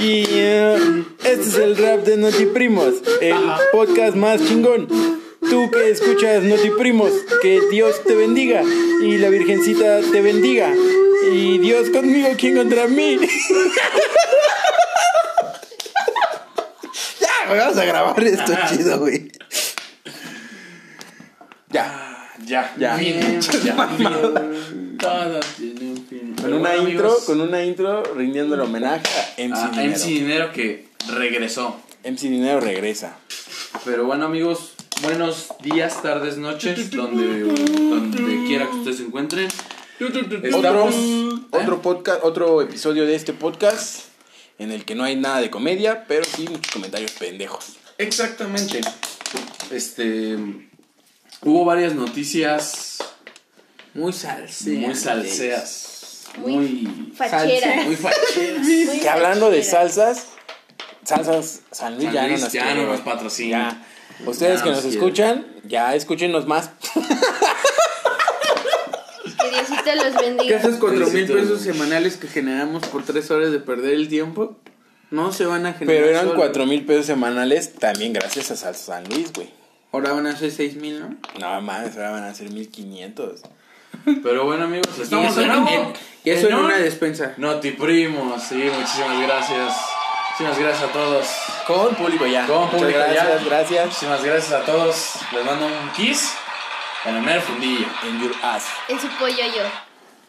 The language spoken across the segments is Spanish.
Yeah. Este es el rap de Notiprimos, el podcast más chingón. Tú que escuchas Notiprimos, que Dios te bendiga y la Virgencita te bendiga. Y Dios conmigo, ¿quién contra mí? Ya, güey, vamos a grabar esto chido, güey. Ya. Ya, Ya. Bien, ya. Todo tiene un fin. Con una intro, con una intro rindiendo el homenaje a MC Ah, Dinero. MC Dinero que regresó. MC Dinero regresa. Pero bueno, amigos, buenos días, tardes, noches, donde, donde quiera que ustedes se encuentren. Otro, Estamos. otro podcast, otro episodio de este podcast en el que no hay nada de comedia, pero sí muchos comentarios pendejos. Exactamente. Este. Hubo varias noticias Muy salseo. muy salseas. Muy Muy. Facheras. Muy facheras. Muy Que hablando de facheras. salsas, salsas San Luis, San ya, Luis no nos ya no quiere, nos güey. patrocina. Ya. Ustedes Ya que nos nos quiere. escuchan, ya escúchenos más. Que Diosito los ¿Qué bendiga. esos cuatro mil Felicito. pesos semanales que generamos por tres horas de perder el tiempo? No se van a generar. Pero eran solos. cuatro mil pesos semanales también gracias a Salsas San Luis, güey. Ahora van a ser seis mil, ¿no? No mames, ahora van a ser 1500. Pero bueno, amigos, Y estamos eso de en- nuevo. en- Y eso en un- una despensa. Notiprimos, sí, muchísimas gracias. Muchísimas gracias a todos. Con público ya. Con Muchas público ya. gracias, gracias. Muchísimas gracias a todos. Les mando un kiss en el mero fundillo. En ah, your ass. En su pollo yo.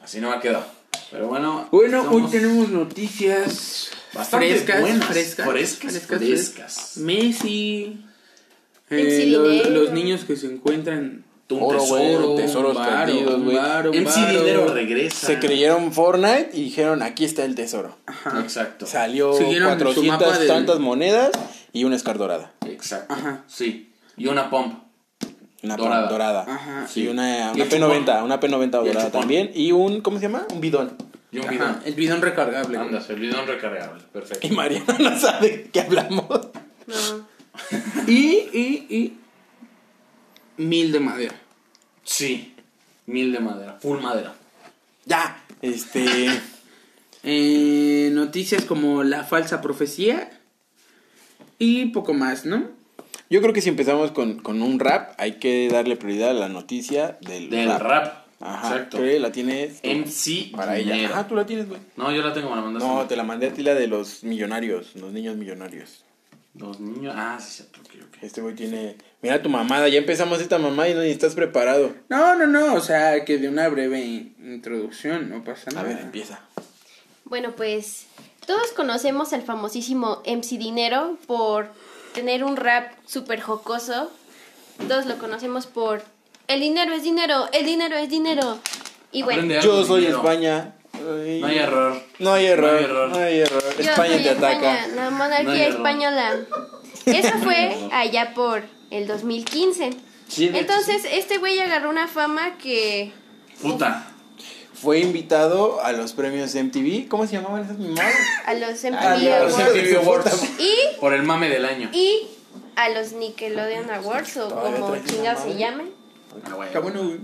Así no me ha quedado. Pero bueno, Bueno, hoy estamos tenemos noticias bastante frescas, buenas, frescas, frescas, frescas, frescas. Messi. eh, Messi lo- dinero. los niños que se encuentran Un Oro, güey, tesoro, un este, tesoros varo, perdidos, un güey. varo, un MC varo. Dinero regresa. Se creyeron Fortnite y dijeron, aquí está el tesoro. Ajá. Exacto. Salió Siguieron su 400 mapa del- tantas monedas y una escardorada. Exacto. Ajá. Sí. Y una pompa. Una Dorada. dorada. dorada. Ajá. Y una, Y una el chupón. P90, una P90 Y el dorada chupón. también. Y un, ¿cómo se llama? Un bidón. Y un Ajá, bidón. El bidón recargable. güey. Anda, el bidón recargable. Perfecto. Y Mariana no sabe de qué hablamos. No. Y, y, y. Mil de madera. Sí. Mil de madera. Full madera. Ya. Este. Eh, noticias como la falsa profecía. Y poco más, ¿no? Yo creo que si empezamos con, con un rap, hay que darle prioridad a la noticia del, Del rap. rap. Ah. Ajá. Exacto. Creo que la tienes tú MC para ella. Dinero. Ajá, tú la tienes, güey. No, yo la tengo, me la mandaste. No, te la mandé a ti la de los millonarios, los niños millonarios. Los niños. Ah, sí, cierto. ok, ok. Este güey tiene. Mira tu mamada, ya empezamos esta mamada y no ni estás preparado. No, no, no. O sea, que de una breve in- introducción no pasa A nada. ver, empieza. Bueno, pues todos conocemos al famosísimo MC Dinero por tener un rap súper jocoso. Todos lo conocemos por el dinero es dinero, el dinero es dinero. Y Aprende bueno, algo, Yo soy dinero. España. Ay. No hay error. No hay No error. hay error. No hay error. yo España soy te España, ataca. La No hay monarquía error. española. Eso fue error. allá por el 2015. Sí, de hecho, Entonces, este güey agarró una fama que Puta. Fue invitado a los premios MTV. ¿Cómo se llamaban esas mamadas? a los MTV Ah, ya, Los los Awards MTV Awards. y Por el mame del año. Y a los Nickelodeon Awards o Todavía como traes chingados una se madre. llamen. Ah, güey. Está bueno, güey.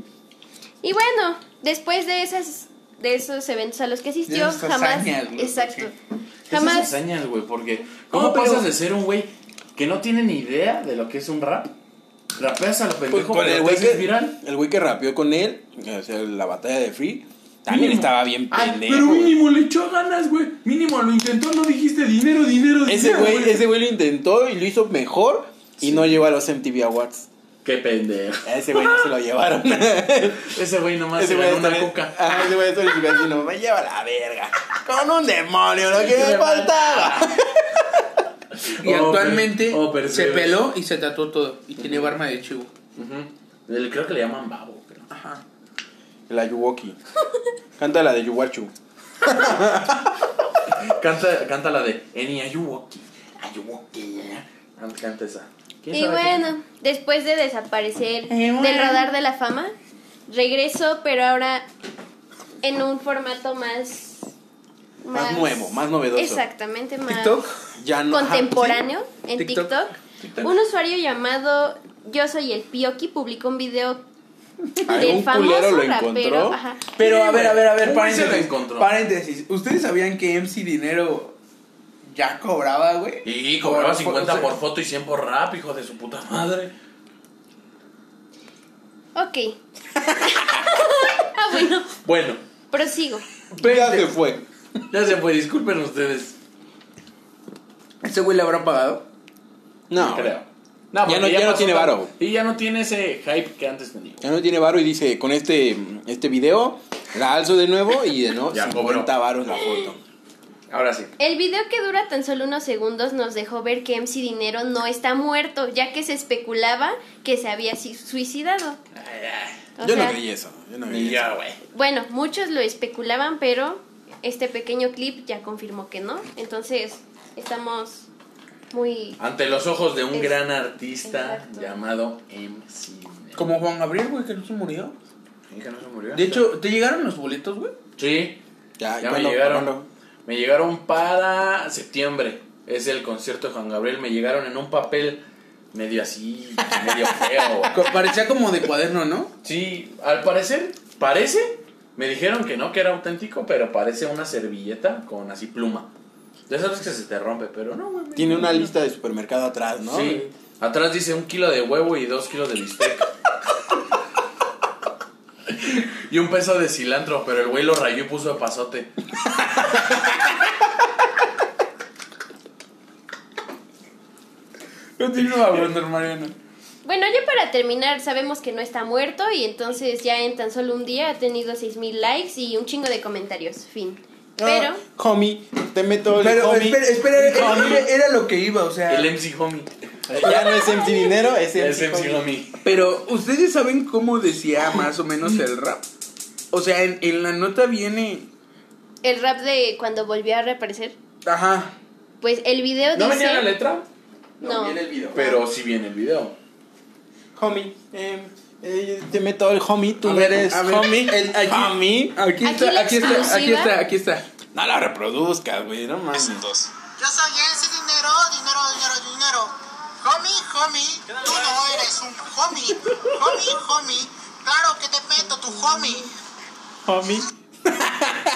Y bueno, después de esas de esos eventos a los que asistió, esas jamás hazañas, güey, exacto. Esas Jamás hazañas, güey, porque ¿cómo No, pero- pasas de ser un güey que no tiene ni idea de lo que es un rap? Rapeas a lo Pues pendejo, con pero el te güey haces que, viral. el güey que rapeó con él, o sea, la batalla de Free, también Mínimo. estaba bien Ay, pendejo. Uh. Ah, pero güey. mínimo le echó ganas, güey. Mínimo lo intentó, no dijiste dinero, dinero, Ese dinero. güey, ese güey lo intentó y lo hizo mejor y no llegó a los MTV Awards. Qué pendejo. A ese güey no se lo llevaron. Ese güey nomás ese se güey Ah, está ganó una bien- coca. Ajá, ese güey está bien chingón, así, no me lleva la verga. Con un demonio, lo que me faltaba. Y Oh, actualmente per- oh, per- se peló y se tatuó todo. Y tiene barba de chivo. Ujú. El- Creo que le llaman babo, creo. Ajá. La Yuwoki. Canta la de Yuwachu. Canta, canta la de Eni Ayuwoki. Ayuwoki. Canta- Canta esa. ¿Quién y sabe qué bueno, después de desaparecer Y bueno. del radar de la fama, regresó, pero ahora en un formato más Más nuevo, más novedoso. Exactamente, más TikTok. Ya no. contemporáneo en TikTok. TikTok. TikTok. Un usuario llamado Yo Soy el Pioki publicó un video Del ¿Algún culero famoso lo rapero. encontró? ajá. Pero a Sí, ver, güey. a ver, a ver, Un güey se lo paréntesis. encontró. Paréntesis. ¿Ustedes sabían que MC Dinero ya cobraba, güey? Y cobraba Por- 50 o sea, por foto y 100 por rap, hijo de su puta madre. Ok. ah, bueno, Bueno, prosigo. ya se fue. Ya se fue, disculpen ustedes. ¿Ese güey le habrán pagado? No No, creo. Ya no- porque ya no pasó tiene tan- varo. Y ya no tiene ese hype que antes tenía. ya no tiene varo y dice, con este, este video, la alzo de nuevo y de nuevo Ya 50 varos la foto. Ahora sí. El video que dura tan solo unos segundos nos dejó ver que MC Dinero no está muerto, ya que se especulaba que se había si- suicidado. O Yo no sea, creí eso, yo no creí Y eso. ya, güey. Bueno, muchos lo especulaban, pero este pequeño clip ya confirmó que no. Entonces, estamos muy... Ante los ojos de un Es- gran artista exacto. llamado MC. Nero. Como Juan Gabriel, güey, que no se murió. ¿Y que no se murió? De hecho, ¿te llegaron los boletos, güey? sí. Ya, Ya ¿cuándo- me llegaron. cuándo? Me llegaron para septiembre. Es el concierto de Juan Gabriel. Me llegaron en un papel medio así, medio feo. güey. Co- Parecía como de cuaderno, ¿no? Sí, al parecer, parece. Me dijeron que no, que era auténtico, pero parece una servilleta con así pluma. Ya sabes que se te rompe, pero no, güey. Tiene una lista de supermercado atrás, ¿no? Sí. Atrás dice un kilo de huevo y dos kilos de bistec. y un peso de cilantro, pero el güey lo rayó y puso pasote. Continúa, Wonder Mariano. Bueno, ya para terminar, sabemos que no está muerto y entonces ya en tan solo un día ha tenido 6.000 likes y un chingo de comentarios, fin. Pero... Ah, homie, te meto el Pero, homie. espera, espera, era, era- era lo que iba, o sea. El MC Homie. Ya no es MC Dinero, es MC, Es MC Homie. Pero, ¿ustedes saben cómo decía más o menos el rap? O sea, en, en la nota viene. El rap de cuando volvió a reaparecer. Ajá. Pues el video No dice. venía la letra, No. viene el video. pero sí viene el video. Homie, eh, eh, te meto el homie, tú A ver, eres a ver, homie. el- aquí- Homie. Aquí Aquí está, la aquí está, aquí exclusiva. está, aquí está. No la reproduzcas, güey, no mames. Yo soy ese dinero, dinero, dinero, dinero. Homie, homie, tú no eres un homie. Homie, homie, claro que te meto tu homie. Homie.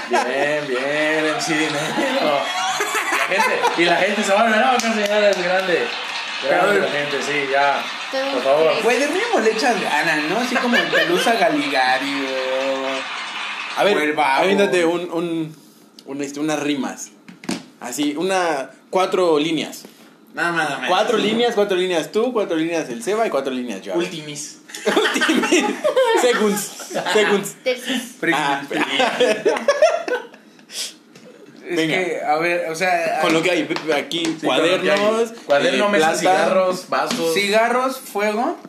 Bien, bien, MC Dinero. La gente, y la gente se va a no, no, señores, grande. Grande la gente, sí, ya. Por favor. Güey, de mínimo le echas ganas, ¿no? Así como el Pelusa Galigari, o- A O el ver, babo. aviéntate un, un, un, este, unas rimas. Así, una, cuatro líneas. Nada más, nada más. Cuatro líneas, cuatro líneas tú, cuatro líneas el Seba y cuatro líneas yo. Ultimis. Segunds, segunds. Tercios. Ah, Es venga. que, a ver, o sea. con lo que hay aquí, Sí, con lo que hay. cuadernos, Cuaderno, eh, mesas, planta. cigarros, vasos. Cigarros, fuego.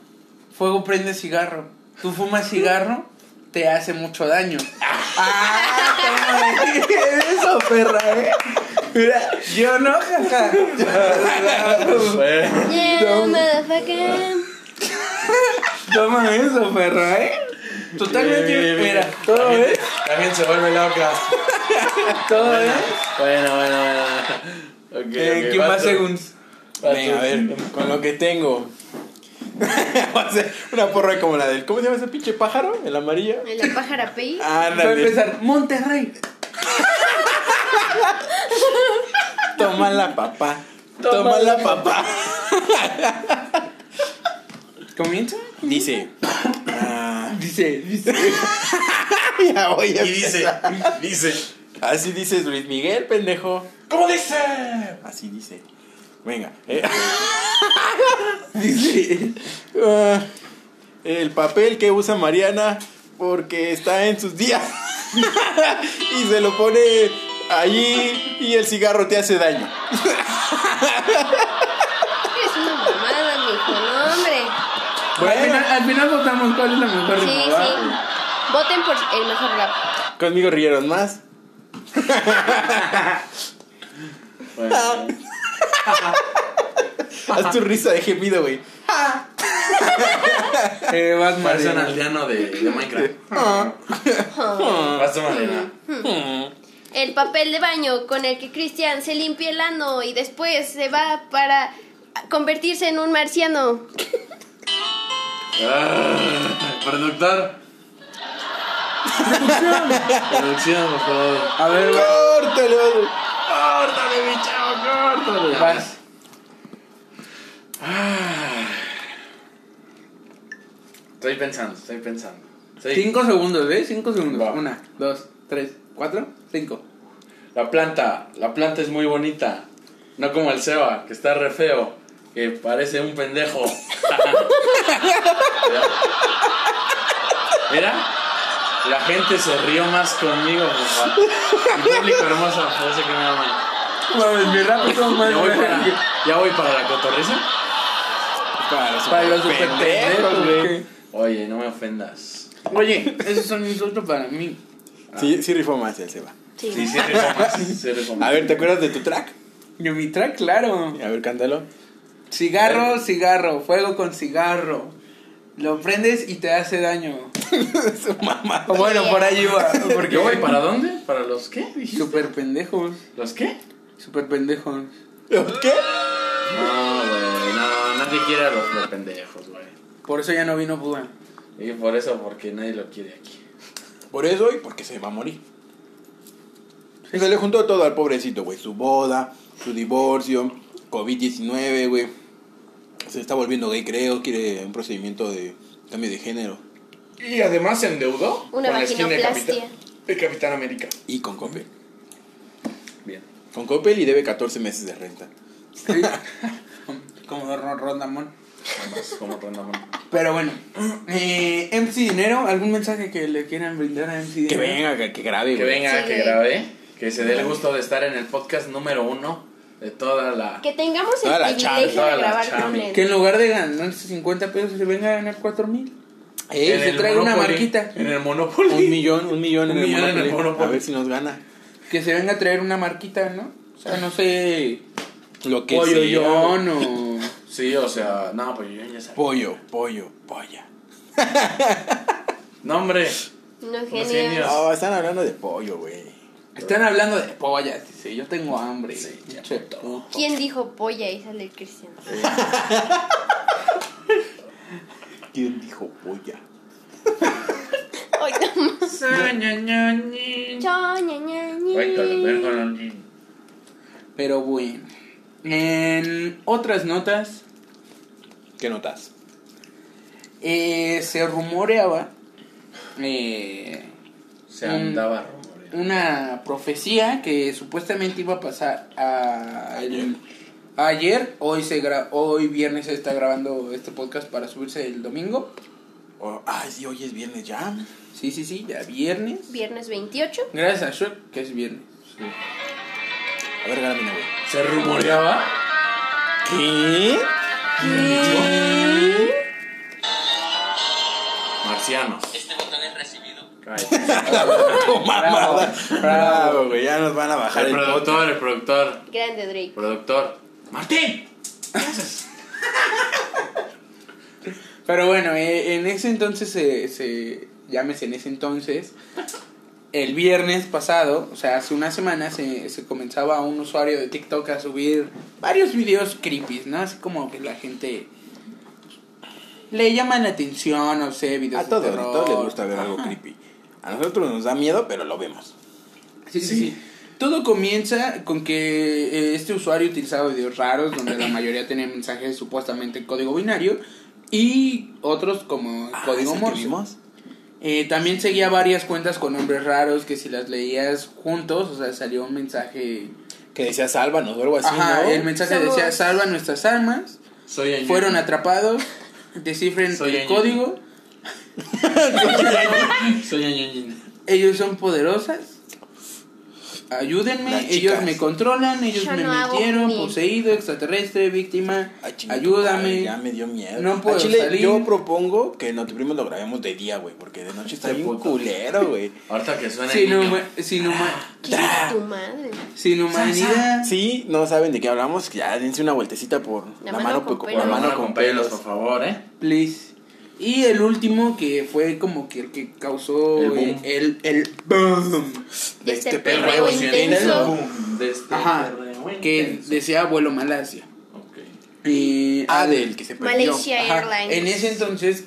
Fuego prende cigarro. Tú fumas cigarro, te hace mucho daño. ¡Ah! ¿Cómo le dije eso, perra, eh? Mira, yo no, jaja. Eh, Yeah, motherfucker. Toma eso, perra, eh. Totalmente. bien, bien, bien. mira, todo La es. gente- La gente se vuelve loca. Todo es. Bueno, bueno, bueno. Ok, Eh, ok, ¿Quién vas más tú. segundos? Vas Venga, tú. a ver, con lo que tengo. Va a ser una porra como la del. ¿Cómo se llama ese pinche pájaro? El amarillo. La pájara pey. Ah. Para Ándale, empezar, Monterrey. toma la papá. Toma la papá. ¿Comienza? Dice. ah, Dice, dice. ya voy a Y dice, empezar. dice. Así dice Luis Miguel, pendejo. ¿Cómo dice? Así dice. Venga. eh, Dice. ah, el papel que usa Mariana porque está en sus días. y se lo pone allí y el cigarro te hace daño. Es una mamada, mijo. No, hombre. al, final, al final votamos cuál es la mejor Sí, rima, ¿va? sí. Voten por el mejor rap. Conmigo rieron más. Bueno, Haz tu risa de gemido, güey. Eh, vas parece un Mariana. aldeano de, de Minecraft. Vas tú, Malena. El papel de baño con el que Cristian se limpia el ano y después se va para convertirse en un marciano. Ah. Productor. Producción, por favor. A ver, güey, ¡Córtale! madre! Córtale, mi chavo, córtale. vas. Estoy pensando, estoy pensando. Sí. Cinco segundos, ¿ves? Cinco segundos. Va. Una, dos, tres, cuatro, cinco. La planta, la planta es muy bonita. No como el Seba, que está re feo, que parece un pendejo. Mira. Mira, la gente se rió más conmigo, papá. Mi público hermoso, parece que me aman. Mames, mi rap es más Ya voy bueno para, que- ya voy para la cotorriza. Para los pendejos, pendejos, güey. Oye, no me ofendas. Oye, esos son insultos para mí. Ah. Sí, sí rifó más el Seba. Sí. Sí, sí, rifomas, sí, rifomas. A ver, ¿te acuerdas de tu track? Yo mi track, claro. A ver, cántalo. Cigarro, cigarro, fuego con cigarro. Lo prendes y te hace daño. O Oh, bueno, por ahí iba. Porque ¿Yo voy para dónde? ¿Para los qué? dijiste? Super pendejos. ¿Los qué? Super pendejos. ¿Qué? No, güey, no, nadie quiere a los los pendejos, güey. Por eso ya no vino Buda. Y por eso, porque nadie lo quiere aquí. Por eso y porque se va a morir. Y Se le juntó todo al pobrecito, güey. Su boda, su divorcio, COVID-19, güey. Se está volviendo gay, creo. Quiere un procedimiento de cambio de género. Y además se endeudó Una con la skin de vaginoplastia. Capitán, de Capitán América. Y con Coppel. Bien. Con Coppel y debe 14 meses de renta. Sí. Como Ron- Rondamón. Además, como random. Pero bueno, eh, MC Dinero, ¿algún mensaje que le quieran brindar a MC Dinero? Que venga, que, que grabe, Que güey. venga, Sí. que grabe, que se dé el gusto de estar en el podcast número uno de toda la... Que tengamos Toda el la privilegio chamba, de toda la grabar chamba. con él. Que en lugar de ganarse 50 pesos se venga a ganar 4 mil. Ey, en se el trae una Monopoly. marquita. En el Eh, un Monopoly. millón, un millón, Un en, el millón en el Monopoly. Monopoly. A ver si nos gana. Que se venga a traer una marquita, ¿no? O sea, no sé. Lo que Pollo sea. John o. Sí, o sea, no, pues yo ya sabía. Pollo, pollo, polla. No, hombre. No, Los genial. genios. No, Ah, están hablando de pollo, güey. Están hablando de pollas, dice. Yo tengo hambre. Sí, ya. Che, puto. ¿Quién dijo polla y sale Cristian? ¿Quién dijo polla? Ay, no. Cho, ña, ña, ña. Pero bueno. En otras notas, ¿Qué notas? eh, se rumoreaba eh, Se andaba rumoreando. una profecía que supuestamente iba a pasar a el- ayer. Hoy se gra- hoy viernes se está grabando este podcast para subirse el domingo. Oh, ay, sí, hoy es viernes ya. Sí, sí, sí, ya viernes. Viernes 28. Gracias a Shrek, que es viernes. A ver, gárame una, güey. Se rumoreaba. ¿Qué? Marcianos. Este botón es recibido. Cállate. Oh, mamada. Bravo. Bravo, güey. Ya nos van a bajar El el productor, el productor. Grande Drake. Productor. ¡Martín! Pero bueno, eh, en ese entonces, se, se- llámese en ese entonces, el viernes pasado, o sea, hace una semana, se, se comenzaba un usuario de TikTok a subir varios videos creepy, ¿no? Así como que la gente pues, le llama la atención, no sé, videos A todos, de a terror. todos les gusta ver algo creepy. A nosotros nos da miedo, pero lo vemos. Sí, sí, sí. Todo comienza con que eh, este usuario utilizaba videos raros, donde la mayoría tenía mensajes supuestamente en código binario, y otros como en Ah, código ¿es el que morse. vimos? Eh, también seguía varias cuentas con nombres raros que si las leías juntos, o sea, salió un mensaje. Que decía sálvanos o algo así, Ajá, ¿no? el mensaje Somos- decía salva nuestras almas, Soy Añil. fueron atrapados, descifren Soy el Añil. código, Soy Añil. ellos son poderosas, Las ayúdenme, ellos chicas. me controlan, ellos Yo me no hago mintieron, bien. poseído, extraterrestre, víctima, Ay, Ah, chinga tu madre, ayúdame. ya me dio miedo. No A puedo Chile, salir. Yo propongo que no primo lo grabemos de día, güey. Porque de noche está Este bien puto. culero, güey. Ahorita que suena Sin, el niño. huma- sin Ah. huma- Chinga tu madre. sin humanidad. Sí, no saben de qué hablamos. Ya dense una vueltecita por la, mano, con, por pelos. la mano con pelos. por favor, ¿eh? Please. Y el último que fue como que el que causó El boom. eh, el, el boom. De este perreo perreo siento. intenso. Boom, de este Ajá. perreo Que intenso. decía abuelo Malasia. Ok. Y Ah, Adel, Ah, que se perdió. Malaysia Ajá, Airlines. En ese entonces,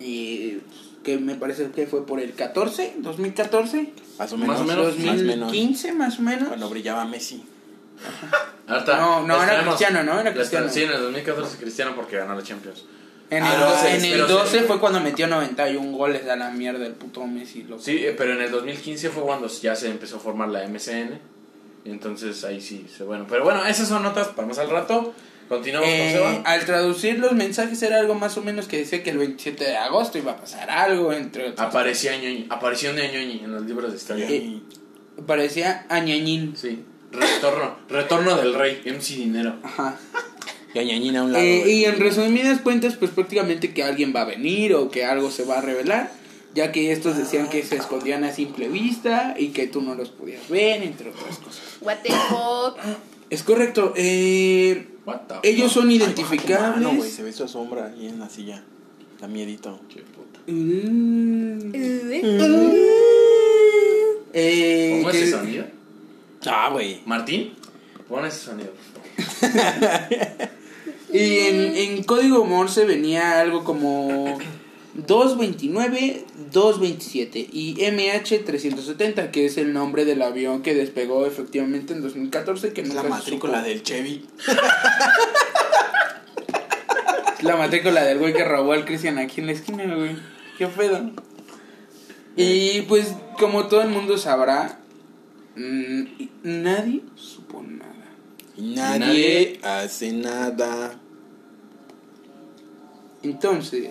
eh, que me parece que fue por el 14, 2014, Más o menos. Más o menos, más o menos. 2015 más o menos. Cuando brillaba Messi. Ahorita, No, no, les era traemos- Cristiano, ¿no? Era les tra- Cristiano. Sí, en el 2014 Cristiano porque ganó la Champions. En Ah, el, no, do- sí, en el pero sí. 12 fue cuando metió 91 goles a la mierda el puto Messi. Loco. Sí, eh, pero en el 2015 fue cuando ya se empezó a formar la MCN. Y entonces ahí sí, se- bueno. Pero bueno, esas son notas para más al rato. Continuamos Eh, con Seba. al traducir los mensajes era algo más o menos que decía que el 27 de agosto iba a pasar algo, entre otras Aparecía Ñoñi, aparición de Ñoñi en los libros de historia. Eh, Parecía añañín. Sí. Retorno, retorno del rey, MC Dinero. Ajá. Y a Ñañín a un lado. Eh, güey. y en resumidas cuentas, pues prácticamente que alguien va a venir o que algo se va a revelar, ya que estos decían que se escondían a simple vista y que tú no los podías ver, entre otras cosas. What the fuck. Es correcto. eh, What the ellos son No, güey, identificables. se ve su sombra ahí en la silla. Da miedito. fuck? Che, puta. Mm, eh, ¿Cómo es ese que- sonido? Ah, güey. Martín, pon ese sonido. por favor. Y en, en código Morse venía algo como 229, 227 y MH370, que es el nombre del avión que despegó efectivamente en 2014. Que Es la nunca se matrícula supo. del Chevy. La matrícula del güey que robó al Cristian aquí en la esquina, güey. Qué pedo. Y pues, como todo el mundo sabrá, mm, nadie supo nada. Y nadie hace nada. Entonces,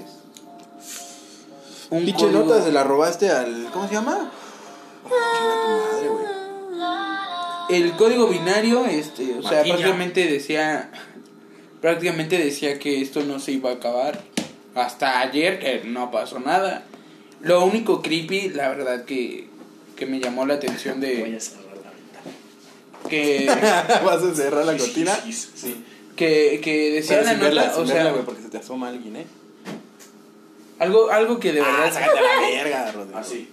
un Pinche código- nota se la robaste al. ¿Cómo se llama? Ah, chinga tu madre, güey. El código binario, este, o sea, Maquiña. prácticamente decía, prácticamente decía que esto no se iba a acabar. Hasta ayer que no pasó nada. Lo único creepy, la verdad que, que me llamó la atención Voy de a cerrar la ventana. que, ¿Vas a cerrar la cortina? Sí, sí. que, que decía Pero la sin verla, nota, sin o verla, sea, güey, porque se te asoma alguien, ¿eh? algo, algo que de Ah, verdad, sácate a la verga, Rodrigo. Así.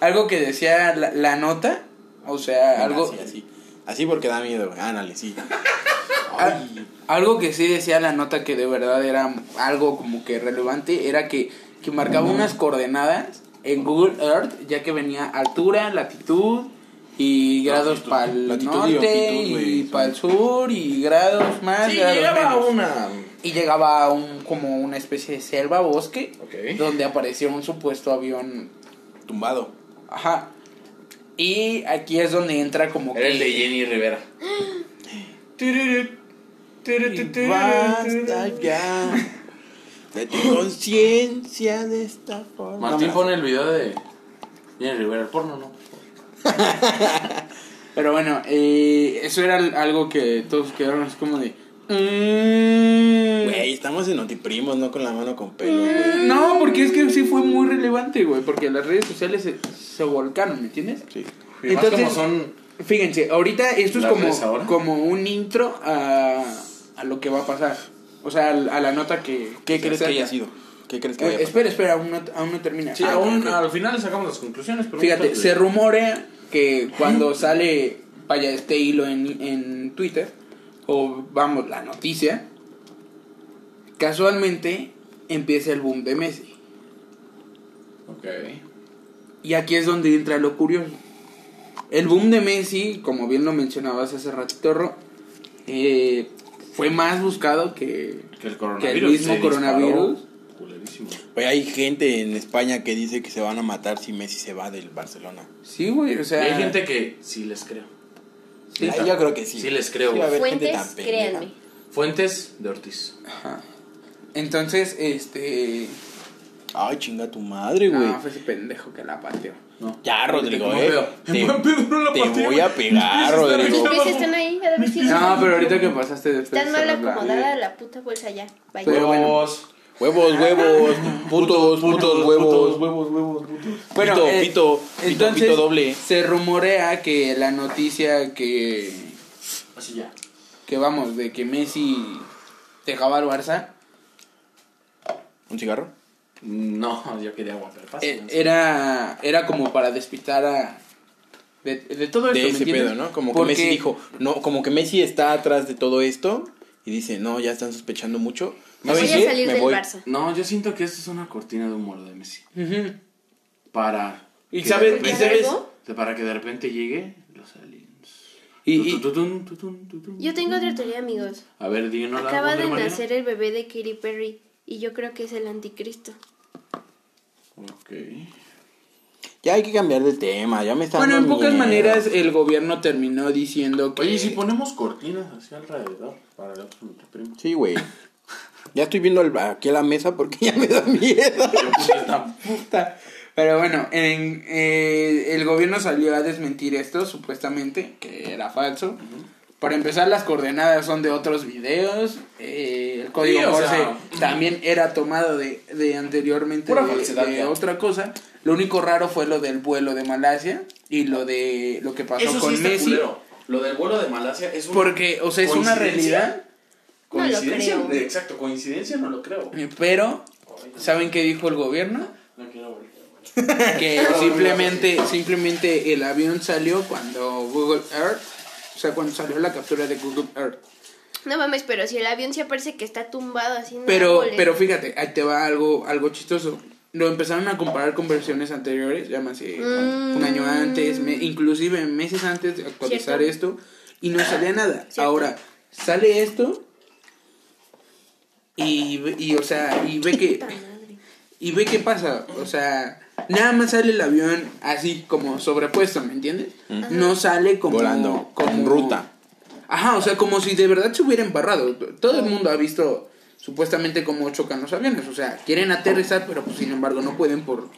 algo que decía la, la nota, o sea, algo, Así, así. Así porque da miedo, güey. Ándale, sí. Ah, Ay. Algo que sí decía la nota que de verdad era algo como que relevante era que, que marcaba unas coordenadas en Google Earth, ya que venía altura, latitud y grados Latitud. para el Latitud y norte longitud, güey, y son- para el sur y grados más. Sí, grados llegaba menos. una. Y llegaba a un, como una especie de selva, bosque, Ok. donde aparecía un supuesto avión. Tumbado. Ajá. Y aquí es donde entra como Era el de que... Jenny Rivera. Tururut, tururut, Y Basta tururut. ya de tu conciencia de esta forma. Martín No, pone el video de Jenny Rivera, el porno, ¿no? Pero bueno, eh, eso era algo que todos quedaron así como de... "Mm". Güey, estamos en Notiprimos, no con la mano con pelo. güey. No, porque es que sí fue muy relevante, güey, porque las redes sociales se, se volcaron, ¿me entiendes? Sí. Y más como son fíjense, ahorita esto es ¿Las como, redes ahora? como un intro a, a lo que va a pasar. O sea, al- a, la nota que... ¿Qué que crees que saca. haya sido? ¿Qué crees que Eh, haya pasado? espera, espera, aún no, aún no termina. Sí, Ah, aún ok. al final sacamos las conclusiones, pero Fíjate, ahorita- se rumorea que cuando sale, vaya, este hilo en, en Twitter, o vamos, la noticia, casualmente empieza el boom de Messi. Ok. Y aquí es donde entra lo curioso. El boom de Messi, como bien lo mencionabas hace ratito, Ro, eh, fue más buscado que... Que el Que coronavirus. el mismo se disparó coronavirus. culerísimo. Güey, hay gente en España que dice que se van a matar si Messi se va del Barcelona. Sí, güey, o Y sea... hay gente que sí les creo. Sí, Ay, está- yo creo que sí. Sí les creo. Sí, va a haber gente Fuentes, tan pendeja. créanme. Fuentes de Ortiz. Ajá. Entonces, este... Ay, chinga tu madre, güey. No, fue ese pendejo que la pateó. No. ya, Rodrigo, eh. Te, En buen pedo no la te partí, voy a güey. pegar, Rodrigo. Mis pies están ahí, ha de haber sido- No, pero ahorita que pasaste después... Tan mal acomodada la puta bolsa ya. Vaya. Pero bueno. Huevos. Huevos, huevos. Putos, putos, Putos, huevos. huevos, huevos, putos. Bueno, Pito, eh, pito, pito, entonces, pito doble. Se rumorea que la noticia que, Así ya. que vamos, de que Messi dejaba al Barça, ¿Un cigarro? No, yo quería agua, pero pasa. eh, era, era como para despistar a... De, de todo esto, de ¿me ese entiendes? pedo, ¿no? Como que Porque- Messi dijo, no, como que Messi está atrás de todo esto y dice, no, ya están sospechando mucho. Voy a ¿Saben qué? salir Me del voy. Barça. No, yo siento que esto es una cortina de humor de Messi. Ujú. Para. Y que- saben- y sabes- Para que de repente llegue los aliens. Y- y- Tututun, tutun, tutun. Yo tengo otra teoría, amigos. A ver, di una Acaba de nacer el bebé de Katy Perry y yo creo que es el anticristo. Ok. Ya hay que cambiar de tema, ya me están Bueno, en dando pocas miedo. maneras el gobierno terminó diciendo que... Oye, ¿y Eh. si ponemos cortinas así alrededor para el otro primo. Sí, güey. Ya estoy viendo al- aquí a la mesa porque ya me da miedo. puta. Pero bueno, en, eh, el gobierno salió a desmentir esto, supuestamente, que era falso. Para empezar, las coordenadas son de otros videos. eh, el código Sí, o Morse sea, también era tomado de, de anteriormente Pura de- falsedad, de ya. otra cosa. Lo único raro fue lo del vuelo de Malasia y lo de lo que pasó Eso con sí está Messi. culero. Lo del vuelo de Malasia es una Porque, o sea, es una coincidencia. realidad. No lo Coincidencia, creo. de- exacto, coincidencia no lo creo. eh, Pero, ¿saben qué dijo el gobierno? No quiero volver. que simplemente simplemente el avión salió cuando Google Earth o sea cuando salió la captura de Google Earth No mames, pero si el avión sí aparece que está tumbado así en pero árboles. pero fíjate ahí te va algo algo chistoso lo empezaron a comparar con versiones anteriores llámase Mm. un año antes me- inclusive meses antes de actualizar esto y no salía nada Cierto. ahora sale esto y, ve- y o sea y ve que Puta madre. y ve qué pasa. O sea, nada más sale el avión así, como sobrepuesto, ¿me entiendes? No sale como. Volando, como en ruta. Ajá, o sea, como si de verdad se hubiera embarrado. Todo el mundo ha visto supuestamente cómo chocan los aviones. O sea, quieren aterrizar, pero pues, sin embargo no pueden por.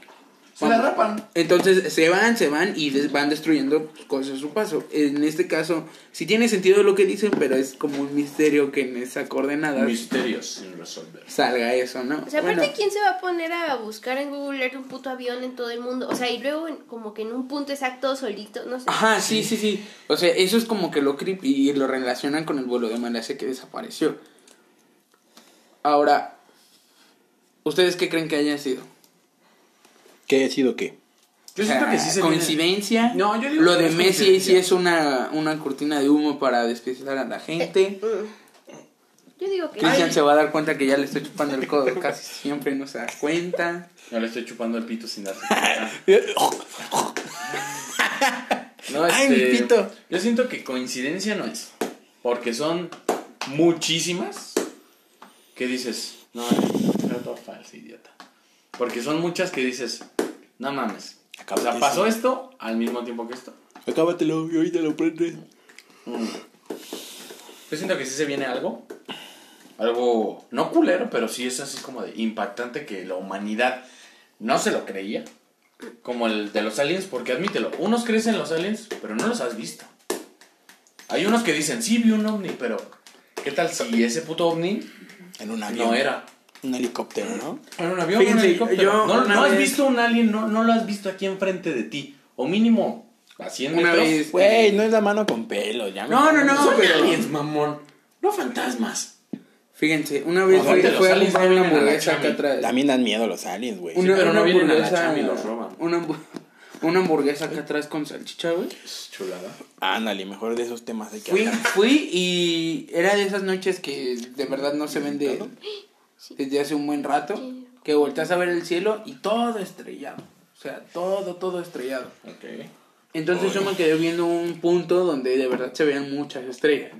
Se la rapan. Entonces se van, se van y des- van destruyendo pues, cosas a su paso. En este caso, sí tiene sentido lo que dicen, pero es como un misterio que en esa coordenada Misterios sin resolver. salga eso, ¿no? O sea, aparte, Bueno. ¿quién se va a poner a buscar en Google Earth un puto avión en todo el mundo? O sea, y luego en- como que en un punto exacto solito, no sé. Ajá, sí, sí, sí. O sea, eso es como que lo creepy y lo relacionan con el vuelo de Malasia que desapareció. Ahora, ¿ustedes qué creen que haya sido? ¿Qué he sido qué? Yo O sea, siento que sí se viene- coincidencia. No, yo digo lo que de no es Messi ahí coincidencia. sí es una, una cortina de humo para despistar a la gente. Yo digo que Cristian se va a dar cuenta que ya le estoy chupando el codo casi siempre no se da cuenta. No le estoy chupando el pito sin darse cuenta. Eh, No, este, Ay, mi pito. Yo siento que coincidencia no es. Porque son muchísimas que dices, no, era todo falso, idiota. Porque son muchas que dices, no mames. O sea, Acábate pasó esto al mismo tiempo que esto. Acábatelo y ahorita lo prendes. Mm. Yo siento que sí se viene algo. Algo no culero, pero sí es así como de impactante que la humanidad no se lo creía. Como el de los aliens, porque admítelo, unos crees en los aliens, pero no los has visto. Hay unos que dicen, sí vi un ovni, pero ¿qué tal si ese puto ovni En un avión. no era? Un helicóptero, ¿no? Era un avión, Fíjense, un helicóptero. yo no una no has vez- visto un alien, no, no lo has visto aquí enfrente de ti. O mínimo a 100 Una metros. vez- Güey, no es la mano con pelo, ya me- No, no, no, Son pero. aliens, mamón. No fantasmas. Fíjense, una vez fue, Aparte, los fue a aliens comprar una no vienen a la hamburguesa acá Chami. atrás. También dan miedo los aliens, güey. Una, pero una no vienen a la hamburguesa, chamba y los roban. Una, hambu- una hamburguesa acá atrás con salchicha, güey. Chulada. Ándale, mejor de esos temas hay que Fui, hablar. fui y era de esas noches que de verdad no se vende desde hace un buen rato. Que volteas a ver el cielo y todo estrellado. O sea, todo, todo estrellado. Ok. Entonces yo me quedé viendo un punto donde de verdad se veían muchas estrellas.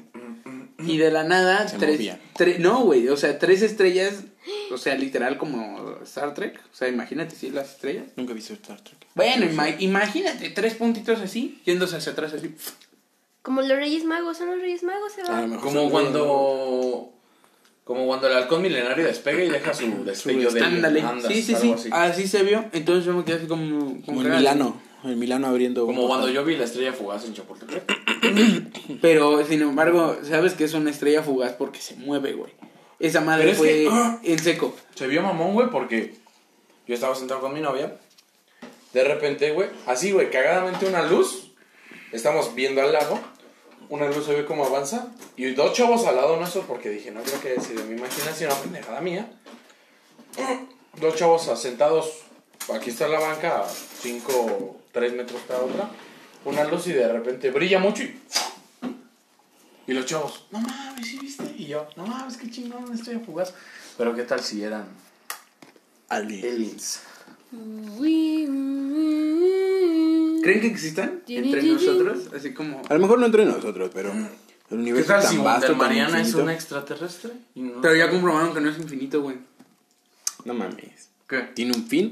Y de la nada, Mm, Se tres, movían. tres- No, güey, o sea, tres estrellas, o sea, literal como Star Trek. O sea, imagínate si las estrellas. Nunca he visto Star Trek. Bueno, ima- imagínate, tres puntitos así, yéndose hacia atrás así. como los Reyes Magos, son los Reyes Magos, se A lo Ah, va. mejor Como son- cuando. Como cuando el halcón milenario despega y deja su destello de. Ándale. andas, Sí, sí, Ah, sí. algo Así. así. se vio. Entonces yo me quedé así como. Como el cara de- Milano. El Milano abriendo. Como cuando yo vi la estrella fugaz en Chapultepec. Pero sin embargo, sabes que es una estrella fugaz porque se mueve, güey. Esa madre Pero es fue que- ¡Ah! en seco. Se vio mamón, güey, porque yo estaba sentado con mi novia. De repente, güey, así, güey, cagadamente una luz. Estamos viendo al lago. Una luz se ve cómo avanza. Y dos chavos al lado nuestro, porque dije, no creo que haya sido mi imaginación, una pendejada mía. Dos chavos sentados. Aquí está la banca, a 5, 3 metros cada otra. Una luz y de repente brilla mucho y. Y los chavos, no mames, ¿sí viste? Y yo, no mames, qué chingón, estoy a jugar. Pero qué tal si eran aliens. ¿Creen que existan entre nosotros? Así como. A lo mejor no entre nosotros, pero el Mm. ¿Qué universo tal es si tan vasto como Mariana es infinito. una extraterrestre? Y no- Pero ya comprobaron que no es infinito, güey. No mames. ¿Qué? Tiene un fin,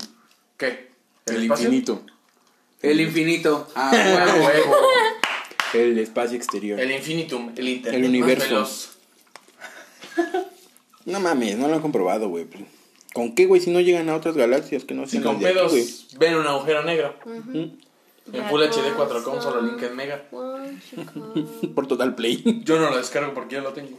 ¿Qué? el, espacio? infinito, El infinito. Ah, Ah, huevo. huevo. el espacio exterior. El infinitum, el internet. El más universo. veloz. No mames, no lo han comprobado, güey. ¿Con qué, güey? Si no llegan a otras galaxias que no Si sean con las de aquí, pedos güey. ven un agujero negro. En Full HD 4K, con un solo link en Mega. Por Total Play. Yo no lo descargo porque ya lo tengo.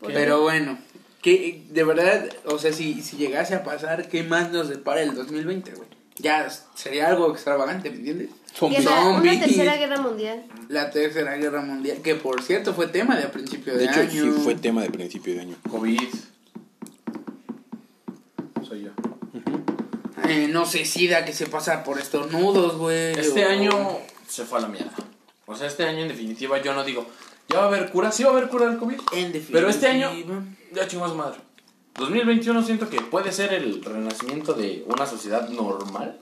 Pues Pero bueno, que de verdad, o sea, si, si llegase a pasar, ¿qué más nos depara el 2020, güey? Ya sería algo extravagante, ¿me entiendes? Una Zombies. tercera guerra mundial. La tercera guerra mundial, que por cierto fue tema de a principio de, De hecho, año. sí fue tema de principio de año. COVID. Soy yo. Eh, no sé, SIDA que se pasa por estornudos, güey. Este o- año se fue a la mierda. O sea, este año en definitiva yo no digo, ya va a haber cura, sí va a haber cura del COVID. En definitiva. Pero este año, ya chingó a su madre. 2021 siento que puede ser el renacimiento de una sociedad normal.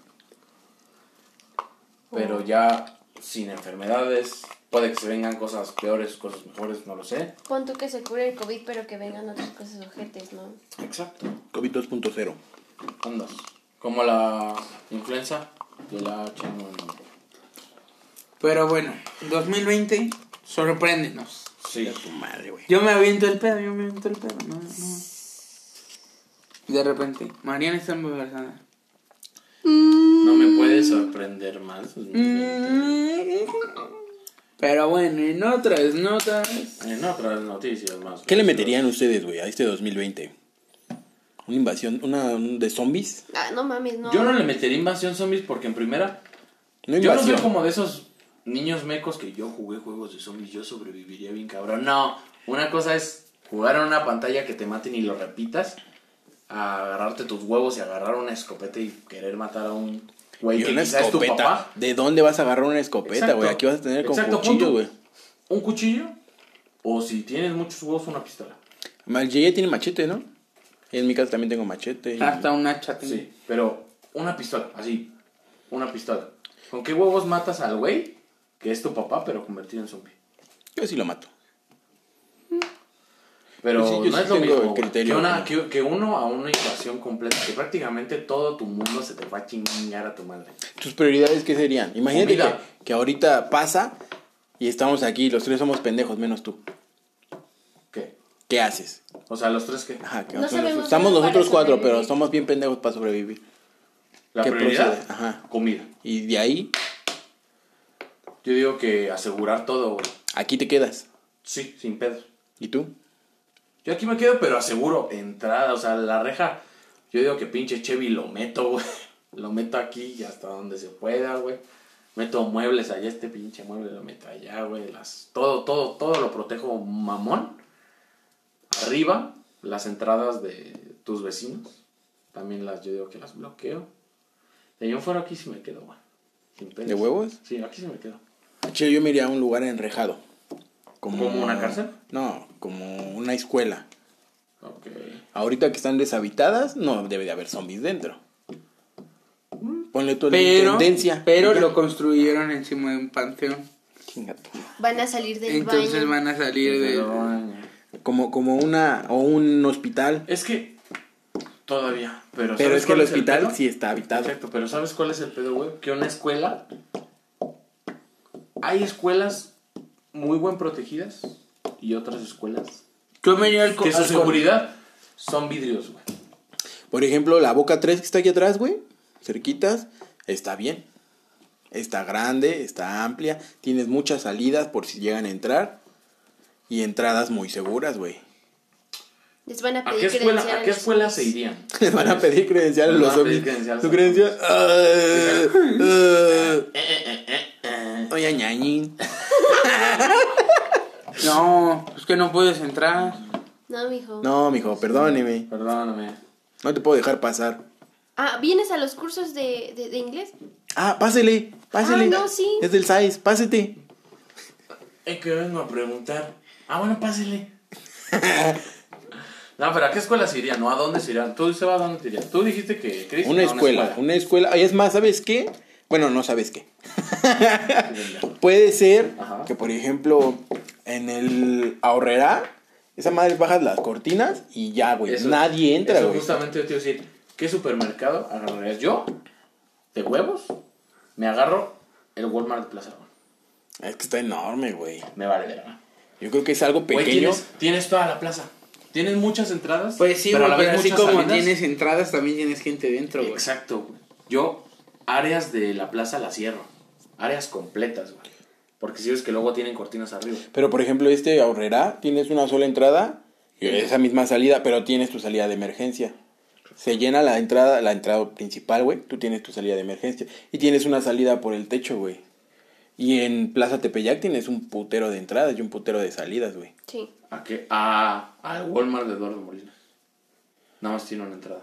Pero ya sin enfermedades. Puede que se vengan cosas peores, cosas mejores, no lo sé. Pon tú que se cure el COVID, pero que vengan otras cosas ojetes, ¿no? Exacto. COVID 2.0. Andas. Como la influenza de la H1N1. Pero bueno, 2020, sorpréndenos. Sí. Madre, güey. Yo me aviento el pedo, yo me aviento el pedo. No, no. De repente, Mariana está embarazada. No me puede sorprender más. 2020. Pero bueno, en otras notas. En otras noticias más. ¿Qué le meterían ustedes, güey, a este 2020? ¿Una invasión una un- de zombies? Ah, no mames, no. Yo no le metería invasión zombies porque en primera. No yo no soy invasión. como de esos niños mecos que yo jugué juegos de zombies, yo sobreviviría bien cabrón. No, una cosa es jugar a una pantalla que te maten y lo repitas. A agarrarte tus huevos y agarrar una escopeta y querer matar a un güey Y que una quizás es tu papá. escopeta. ¿De dónde vas a agarrar una escopeta, Exacto. güey? Aquí vas a tener con Exacto, cuchillo, punto. güey. ¿Un cuchillo? O si tienes muchos huevos, una pistola. Mal- Ella tiene machete, ¿no? En mi casa también tengo machete. y- Hasta una chat. Sí, pero una pistola, así. Una pistola. ¿Con qué huevos matas al güey que es tu papá, pero convertido en zombie? Yo sí lo mato. Pero Pues sí, yo no sí es lo tengo mismo el güey, criterio, que, una- ¿no? que- que uno a una invasión completa, que prácticamente todo tu mundo se te va a chingar a tu madre. ¿Tus prioridades qué serían? Imagínate Comida. que, que ahorita pasa y estamos aquí, los tres somos pendejos, menos tú. ¿Qué? ¿Qué haces? O sea, los tres que... Ajá, que No nosotros- sabemos estamos nada para nosotros cuatro, pero sobrevivir. somos bien pendejos para sobrevivir. La ¿Qué prioridad, procede? Ajá. comida. Y de ahí, Yo digo que asegurar todo, güey. aquí te quedas. Sí, sin pedo. ¿Y tú? Yo aquí me quedo, pero aseguro, entrada, o sea, la reja. Yo digo que pinche Chevy lo meto, güey. Lo meto aquí y hasta donde se pueda, güey. Meto muebles allá, este pinche mueble lo meto allá, güey. Las, todo, todo, todo lo protejo mamón. Arriba, las entradas de tus vecinos. También las, yo digo que las bloqueo. De yo fuera aquí sí me quedo, güey. Sin pedos. ¿De huevos? Sí, aquí sí me quedo. Che, yo me iría a un lugar enrejado. Como, ¿Como una cárcel? No, como una escuela. Ok. Ahorita que están deshabitadas, no debe de haber zombies dentro. Ponle tú la Pero, intendencia. pero y ya. lo construyeron encima de un panteón. Chinga tu madre. Van a salir del Entonces baño. van a salir de. Como, como una o un hospital. Es que todavía, pero Pero ¿sabes es que el cuál hospital pedo? sí está habitado. Exacto, pero ¿sabes cuál es el pedo, güey? Que una escuela hay escuelas muy buen protegidas y otras escuelas Yo me iría al co- que su al co- seguridad son vidrios, güey. Por ejemplo, la Boca 3 que está aquí atrás, güey, cerquitas, está bien. Está grande, está amplia, tienes muchas salidas por si llegan a entrar y entradas muy seguras, güey. Les van a ¿A pedir qué escuela, a qué credenciales. escuela se irían? Eh, Les van a pedir credenciales Les los van a pedir zombies. credenciales. ¿Tu credencial? Ah, eh, ah. Oye, ñañín. No, es que no puedes entrar. No, mijo. No, mijo, perdóneme. Perdóname. No te puedo dejar pasar. Ah, ¿vienes a los cursos de, de, de inglés? Ah, pásele, pásele. Ah, no, sí. Es del SAIS, pásete. Es que vengo a preguntar. Ah, bueno, pásele. no, pero ¿a qué escuela se iría? No, ¿a dónde se iría? Tú dices, ¿a dónde te iría? Tú dijiste que Chris Una iba a escuela, una escuela. Y es más, ¿sabes qué? Bueno, no sabes qué. Puede ser Ajá. que, por ejemplo, en el ahorrera, esa madre bajas las cortinas y ya, güey. Eso- nadie entra, eso güey. justamente yo te iba a decir, ¿qué supermercado agarrarías yo? ¿De huevos? Me agarro el Walmart de Plaza. Aragón. Es que está enorme, güey. Me vale verga. Yo creo que es algo Güey, pequeño. tienes, tienes toda la plaza. Tienes muchas entradas. Pues sí, a güey, la pero vez así muchas como salidas. tienes entradas, también tienes gente dentro, güey. Exacto, güey. Yo áreas de la plaza la cierro. Áreas completas, güey. Porque si ves que luego tienen cortinas arriba. Pero, por ejemplo, este ahorrera, tienes una sola entrada y esa misma salida, pero tienes tu salida de emergencia. Se llena la entrada, la entrada principal, güey. Tú tienes tu salida de emergencia. Y tienes una salida por el techo, güey. Y en Plaza Tepeyac tienes un putero de entradas y un putero de salidas, güey. Sí. ¿A qué? A, al Walmart de Eduardo Molina. Nada más tiene una entrada.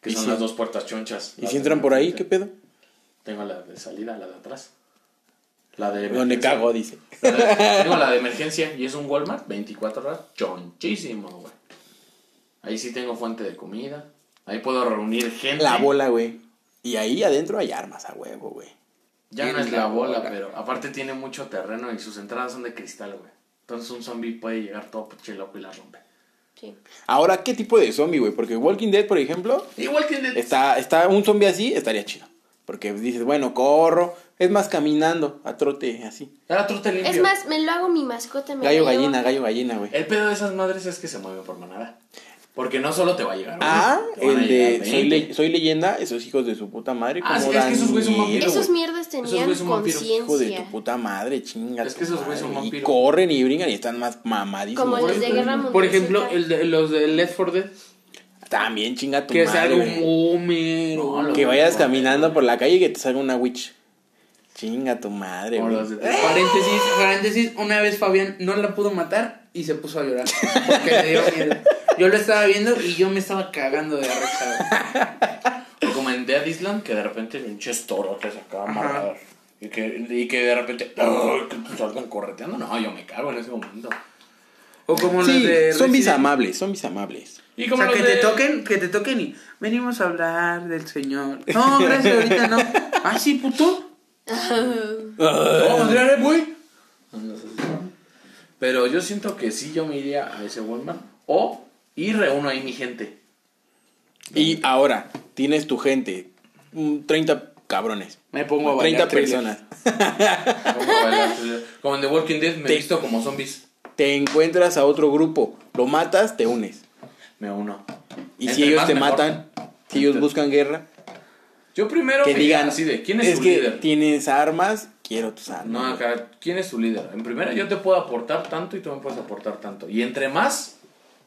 Que ¿Y son si- las dos puertas chonchas. ¿Y Las si de entran por ahí? ¿Qué emergencia. pedo? Tengo la de salida, la de atrás. La de Donde emergencia. cago, dice. La de- Tengo la de emergencia y es un Walmart 24 horas chonchísimo, güey. Ahí sí tengo fuente de comida. Ahí puedo reunir gente. La bola, güey. Y ahí adentro hay armas a huevo, güey. Ya no Tienes es la la bola, bola. pero aparte tiene mucho terreno y sus entradas son de cristal, güey. Entonces un zombie puede llegar todo pinche loco y la rompe. Sí. Ahora, ¿qué tipo de zombie, güey? Porque Walking Dead, por ejemplo, Igual que en el- Está, está un zombie así, estaría chido. Porque dices, bueno, corro. Es más, caminando, a trote, así. Era trote limpio. Es más, me lo hago mi mascota. Me Gallo, la llevo. gallina, gallo, gallina, güey. El pedo de esas madres es que se mueven por manada. Porque no solo te va a llegar uno, Ah, te van a el llegar de 20. soy, Le- Soy leyenda, esos hijos de su puta madre. ¿eh? Ah, como sí, es que esos güeyes son miedo, vampiros, Esos güey. mierdas Esos tenían güeyes son vampiros. Hijo de tu conciencia. puta madre, chinga. Es que tu esos güeyes son madre. Y vampiros. corren y brincan y están más Como mamadísimos. los Pues de Guerra Mundial. Por ejemplo, Z. el de- los de Left 4 Dead, También chinga tu que madre. salga güey. un Homer o No, algo. Que vayas caminando por la calle y que te salga una witch. Chinga tu madre, O güey. los de- Paréntesis, paréntesis, una vez Fabián no la pudo matar y se puso a llorar. Porque le dio miedo. Yo lo estaba viendo y yo me estaba cagando de la risa, O como en Dead Island, que de repente pinches torotes acá amarrados. Y que, y que de repente ¡ay! que salgan correteando. No, yo me cago en ese momento. O como los Sí, de zombies Resident- amables, zombies amables. Y O como sea, los que de- te toquen, que te toquen y venimos a hablar del señor. No, gracias, ahorita no. Ah, sí, puto. No, Andrea, güey. Pero yo siento que sí, yo me iría a ese Walmart. O, y reúno ahí mi gente. Y ahora, tienes tu gente, mm, 30 cabrones. Me pongo a 30 bailar thriller. personas. Como bailar, Como en The Walking Dead me he Te- visto como zombies. Te encuentras a otro grupo, lo matas, te unes. Me uno. Y Entre si ellos más, te mejor. matan, si ellos buscan guerra, Yo primero que me digan, así de, ¿quién es, su que líder? tienes armas, quiero tus armas. No, acá, ¿quién es su líder? En primera yo te puedo aportar tanto y tú me puedes aportar tanto. Y entre más,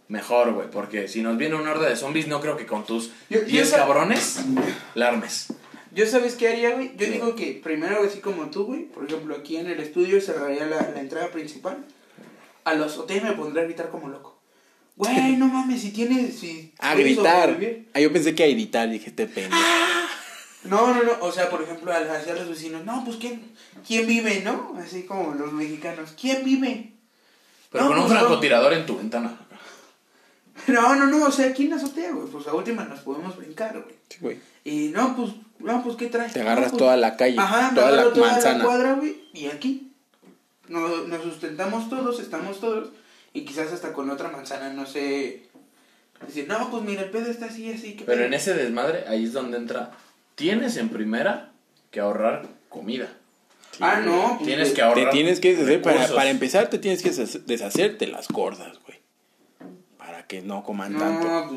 mejor, güey. Porque si nos viene una horda de zombies, no creo que con tus Yo- yo 10 esa- cabrones la armes. Yo sabes qué haría, güey. Yo digo que primero, así como tú, güey, por ejemplo, aquí en el estudio cerraría la, la entrada principal. A los hoteles me pondré a gritar como loco. Güey, no mames, si tienes. Si A puedes gritar. sobrevivir. Ah, yo pensé que a editar, dije, este pendejo. No, no, no. O sea, por ejemplo, al hacia los vecinos, no, pues quién, quién vive, ¿no? Así como los mexicanos, ¿quién vive? Pero No, con un pues, no. francotirador en tu ventana. ah, No, no, no, o sea, ¿quién la azotea, güey? Pues a última nos podemos brincar, güey. Sí, güey. Y no, pues, no, pues, ¿qué traes? Te agarras No, pues, toda la calle, Ajá, me toda la agarro toda manzana. la cuadra, güey, y aquí. Nos, nos sustentamos todos, estamos todos, y quizás hasta con otra manzana, no sé. Decir, no, pues mira, el pedo está así, así. ¿qué Pero pedo?". este en ese desmadre, ahí es donde entra. Tienes en primera que ahorrar comida. Ah, no. pues, Tienes güey. que ahorrar. Te tienes que deshacer, para, recursos. para empezar, te tienes que deshacer- deshacerte las gordas, güey. Para que no coman tanto. Mm. No,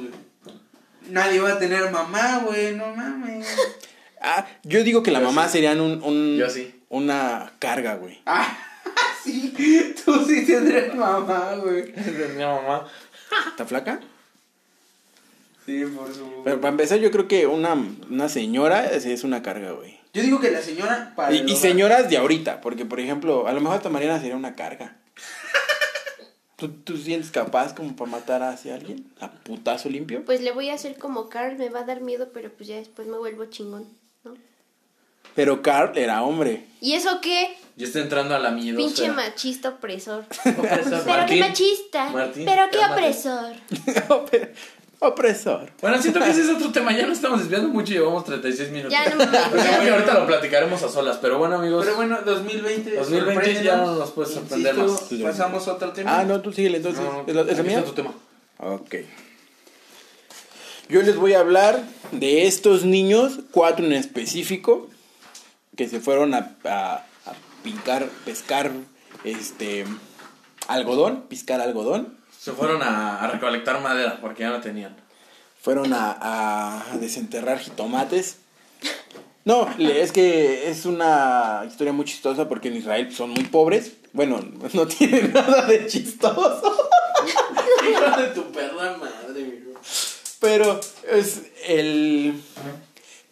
pues. Nadie va a tener mamá, güey, no mames. Ah, yo digo que la Yo mamá sí. serían un, un- Yo sí. una carga, güey. ah, sí, tú sí tendrás mamá, güey. Mi mamá. ¿Está flaca? Sí, por su. Pero para empezar, yo creo que una, una señora es, es una carga, güey. Yo digo que la señora para. el Y, y hogar. señoras de ahorita, porque por ejemplo, a lo mejor hasta Mariana sería una carga. ¿Tú, tú sientes capaz como para matar hacia alguien? ¿A putazo limpio? Pues le voy a hacer como Carl, me va a dar miedo, pero pues ya después me vuelvo chingón, ¿no? Pero Carl era hombre. ¿Y eso qué? Ya está entrando a la miedo. Pinche machista opresor. Opresor. Pero qué Martín, machista. Martín, Pero qué cálmate. opresor. Opresor. Bueno, siento que ese es otro tema. Ya nos estamos desviando mucho. Llevamos 36 minutos. Ya no mames. Yo creo que ya. ahorita lo platicaremos a solas. Pero bueno, amigos. Pero bueno, 2020. 2020 ya no nos puede puedes sorprender más. pues, Pasamos a otro tema. Ah, no, tú síguele entonces. No, ¿Es la, es la aquí mía? está tu tema. Ok. Yo les voy a hablar de estos niños, cuatro en específico, que se fueron a, a, a picar, pescar, este, algodón, piscar algodón. Se fueron a, a recolectar madera porque ya no tenían. Fueron a, a desenterrar jitomates. No, le- es que es una historia muy chistosa porque en Israel son muy pobres. Bueno, no tiene nada de chistoso. Hijo de tu perra madre, bro. Pero es el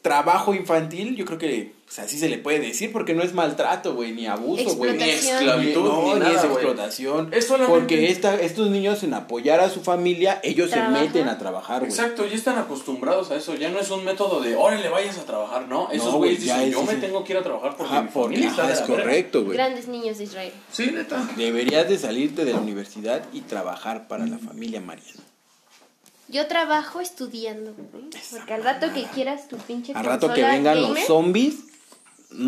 trabajo infantil, yo creo que pues, así se le puede decir, porque no es maltrato, güey, ni abuso, güey, ni Explotación. esclavitud, Ni- no, ni ni, nada, es güey. explotación. Es solamente- Porque esta, estos niños en apoyar a su familia, ellos Trabajan. se meten a trabajar, güey. Exacto, ya están acostumbrados a eso. Ya no es un método de, órale, vayas a trabajar. No, esos No, güeyes güey, ya dicen, es- yo me sí. tengo que ir a trabajar porque Ajá, mi porque, familia está ajá, de es la verga". correcto, güey. Grandes niños de Israel. Sí, neta. Deberías de salirte de la universidad y trabajar para la familia Mariana. Yo trabajo estudiando, güey. Porque al rato que quieras tu pinche Al rato que consola vengan los gamer, zombies,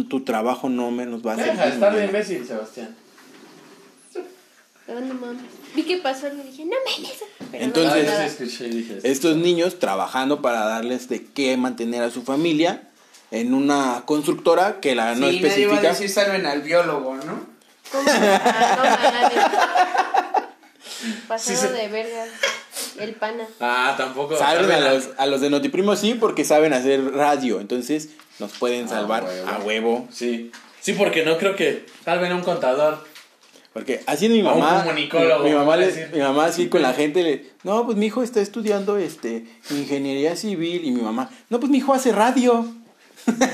tu trabajo no menos va a Deja de ser. estar de imbécil, Sebastián. pero no mames. Vi que pasó y le dije, no mames. Pero no Entonces- pasó Ah, nada. ya sí escuché y dije, estos niños trabajando para darles de qué mantener a su familia en una constructora que la no sí, nadie va a especifica. decir salven al biólogo, ¿no? ¿Cómo? Ah, no mames. Sí, Pasado se- de verga. El pana. Ah, tampoco. Salven a salven los, a los de Notiprimo sí porque saben hacer radio, entonces nos pueden salvar huevo. a huevo. Sí. Sí, porque no creo que salven a un contador. Porque así mi A un mamá, comunicólogo, mi mamá, vamos a le- decir. mi mamá así con la gente le, no pues mi hijo está estudiando este ingeniería civil y mi mamá, no pues mi hijo hace radio,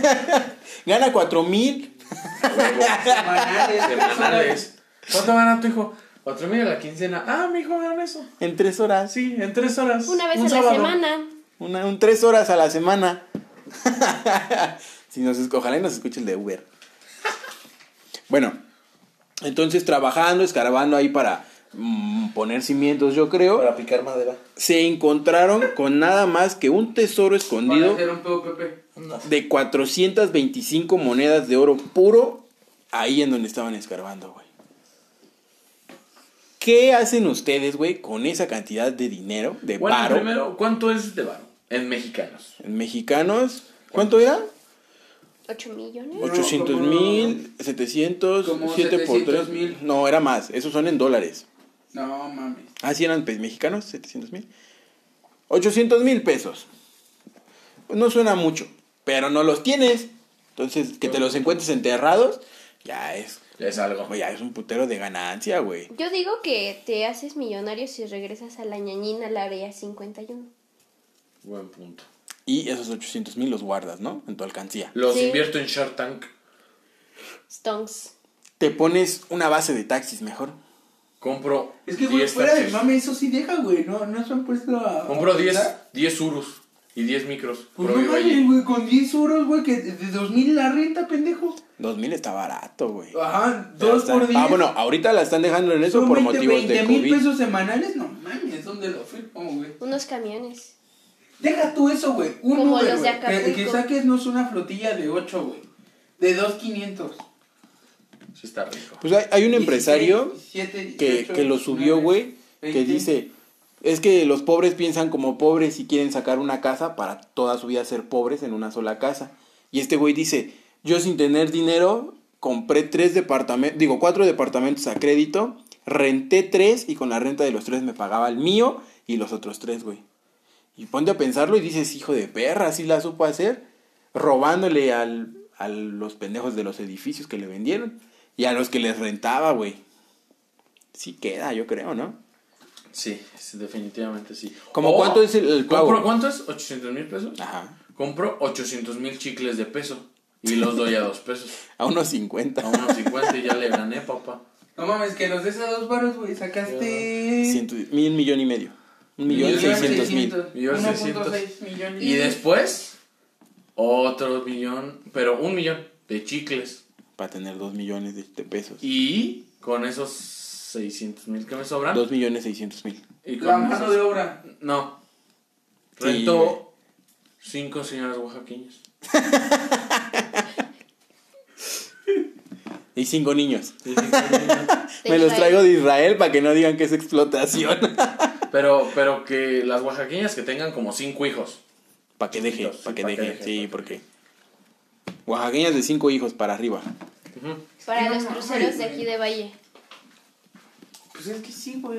gana cuatro mil, Semanales, Semanales. ¿Cuánto gana tu hijo? Cuatro mil a la quincena. Ah, mi hijo gana eso. en tres horas, Sí, en tres horas. Una vez Un a sábado. la semana. Una, un tres horas a la semana. si nos, es- ojalá y nos escuche el de Uber. Bueno, entonces trabajando, escarbando ahí para mm, poner cimientos, yo creo. Para picar madera. Se encontraron con nada más que un tesoro Para escondido hacer un pedo, Pepe. de 425 monedas de oro puro ahí en donde estaban escarbando, güey. ¿Qué hacen ustedes, güey, con esa cantidad de dinero, de Eh, Bueno, varo? primero, ¿cuánto es de varo? En mexicanos. En mexicanos, ¿cuánto era? 8 millones. 800 como- mil, 700, como 7 por 3. 700,000. No, era más, esos son en dólares. No mames. Ah, sí, eran pues, mexicanos, 700 mil. 800 mil pesos. No suena mucho, pero no los tienes. Entonces, que te los encuentres enterrados, ya es, Es algo. güey, ya es un putero de ganancia, güey. Yo digo que te haces millonario si regresas a la ñañina al área 51. Buen punto. Y esos 800 mil los guardas, ¿no? En tu alcancía. Los Sí. invierto en Shark Tank. Stonks. Te pones una base de taxis mejor. Compro. Es que, güey, 10 fuera de taxis. mame, eso sí deja, güey. No, no se han puesto a. Compro a 10, pensar. 10 urus y 10 micros. Pues Pro no Vivalle. mames, güey, con 10 euros, güey, que de 2000 la renta, pendejo. 2 mil está barato, güey. Ajá, Pero 2 está- Ah, por 10. Ah, bueno, ahorita la están dejando en eso Son por 20, motivos de 20 mil COVID. pesos semanales, no mames, ¿dónde lo flipo, güey? Unos camiones. Deja tú eso, güey. Un Como Uber, los de güey, que- Que, Acapulco. saques no es una flotilla de 8, güey. De 2,500. Sí, está rico. Pues hay, hay un empresario 17, que, 18, que lo subió, 19, güey, que 20. dice, es que los pobres piensan como pobres y quieren sacar una casa para toda su vida ser pobres en una sola casa. Y este güey dice, yo sin tener dinero compré tres departamentos, digo, cuatro departamentos a crédito, renté tres y con la renta de los tres me pagaba el mío y los otros tres, güey. Y ponte a pensarlo y dices, hijo de perra, así la supo hacer, robándole al, a los pendejos de los edificios que le vendieron y a los que les rentaba, güey. Sí queda, yo creo, ¿no? Sí, sí, definitivamente sí. ¿Cómo O- cuánto es el- el pago? ¿Compro cuánto es? ¿800 mil pesos? Ajá. Compro 800 mil chicles de peso y los doy a 2 pesos. A unos A 50. unos 50 y ya le gané, papá. No mames, que los de esos dos baros, güey, sacaste. Ciento- mil millón y medio. Un Millón millón seiscientos mil. 1.600.000. Millón 1.6 millones. Y después, otro millón, pero un millón de chicles. para tener 2 millones de de pesos. Y con esos 600 mil que me sobran. 2 millones 600 mil. y con La mano esos- de obra. No. Sí, Rentó cinco señoras oaxaqueñas. Y 5 niños. De Me los Israel. traigo de Israel para que no digan que es explotación. Pero, pero que las oaxaqueñas que tengan como cinco hijos. Para que deje, Sí, para que pa' que deje. deje, Sí, pa' porque. Oaxaqueñas de 5 hijos para arriba. Para los cruceros de aquí de Valle. Pues es que sí, güey.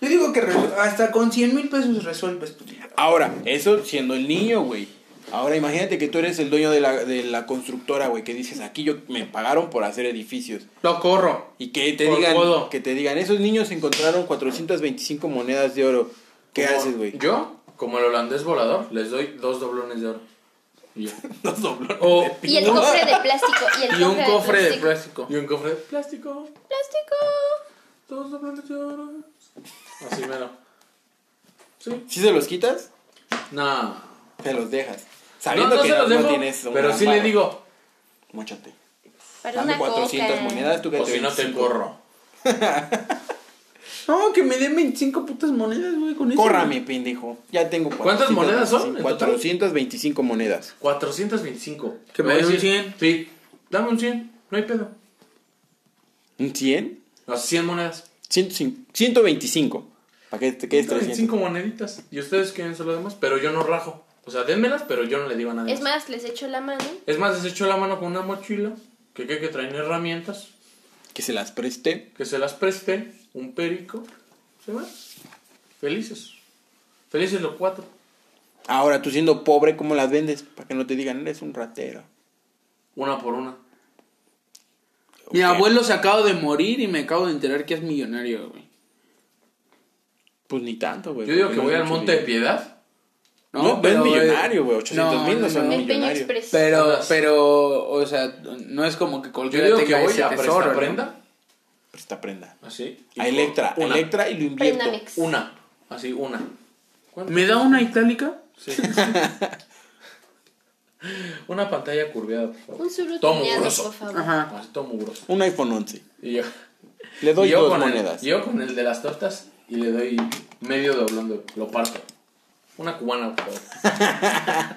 Yo digo que resol- hasta con 100 mil pesos resuelves pues, tu vida. Ahora, eso siendo el niño, güey. Ahora imagínate que tú eres el dueño de la, de la constructora, güey, que dices, aquí yo me pagaron por hacer edificios. Lo corro. Y que te Por digan, codo. que te digan, esos niños encontraron 425 monedas de oro. ¿Qué Como haces, güey? Yo, como el holandés volador, les doy dos doblones de oro. Y, ya. Los doblones. O- Y el cofre de plástico. Y, el Y un cofre de plástico. plástico. y un cofre de plástico. Plástico. Dos doblones de oro. Así mero. Sí. Si se los quitas, No. te los dejas. No, Sabiendo no que se los no dejo, tienes un pero sí amparo. le digo, Móchate. Para Dame una 400 coca. eh. monedas, tú o quédate si no te 25. corro. No, que me den 25 putas monedas, güey, con eso. Córrame, pendejo. Ya tengo ¿Cuántas 425, monedas son en total? 425 monedas. 425. Que me va a den un decir, 100. Sí, dame un 100, no hay pedo. ¿Un 100? Las 100 monedas. 105 125. ¿Para que te quedes 300? 25 moneditas. Y ustedes quieren solo demás, pero yo no rajo. O sea, dénmelas, pero yo no le digo a nadie. Es más, les echo la mano. es más, les echo la mano con una mochila que, que, que traen herramientas, Que se las preste. que se las preste un perico. ¿Se va? Felices. Felices los cuatro. Ahora, tú siendo pobre, ¿cómo las vendes? Para que no te digan, eres un ratero. Una por una. Mi Ok. abuelo se acaba de morir y me acabo de enterar que es millonario, güey. Pues ni tanto, güey. Yo digo porque que no voy es al mucho monte de dinero. piedad. No, pero eh, es millonario, güey, 800 mil no son El Peña Millonario. Express. Pero, pero, o sea, no es como que Yo cualquiera digo que tenga voy ese a tesoro, prestar ¿no? prenda. Presta prenda. Así. y A por Electra, a una. Electra y lo invierto. Prendamex. Una. Así, una. ¿Me da una itálica? Sí. Una pantalla curveada, por favor. Ah, Un Tomo surutuneado, grosso. por favor. Ajá. Así, tomo grueso. Un iPhone 11. Y yo, Le Ah. doy y yo dos con el- monedas. y yo con el de las tortas y le doy medio doblando. Lo parto. Una cubana, por favor.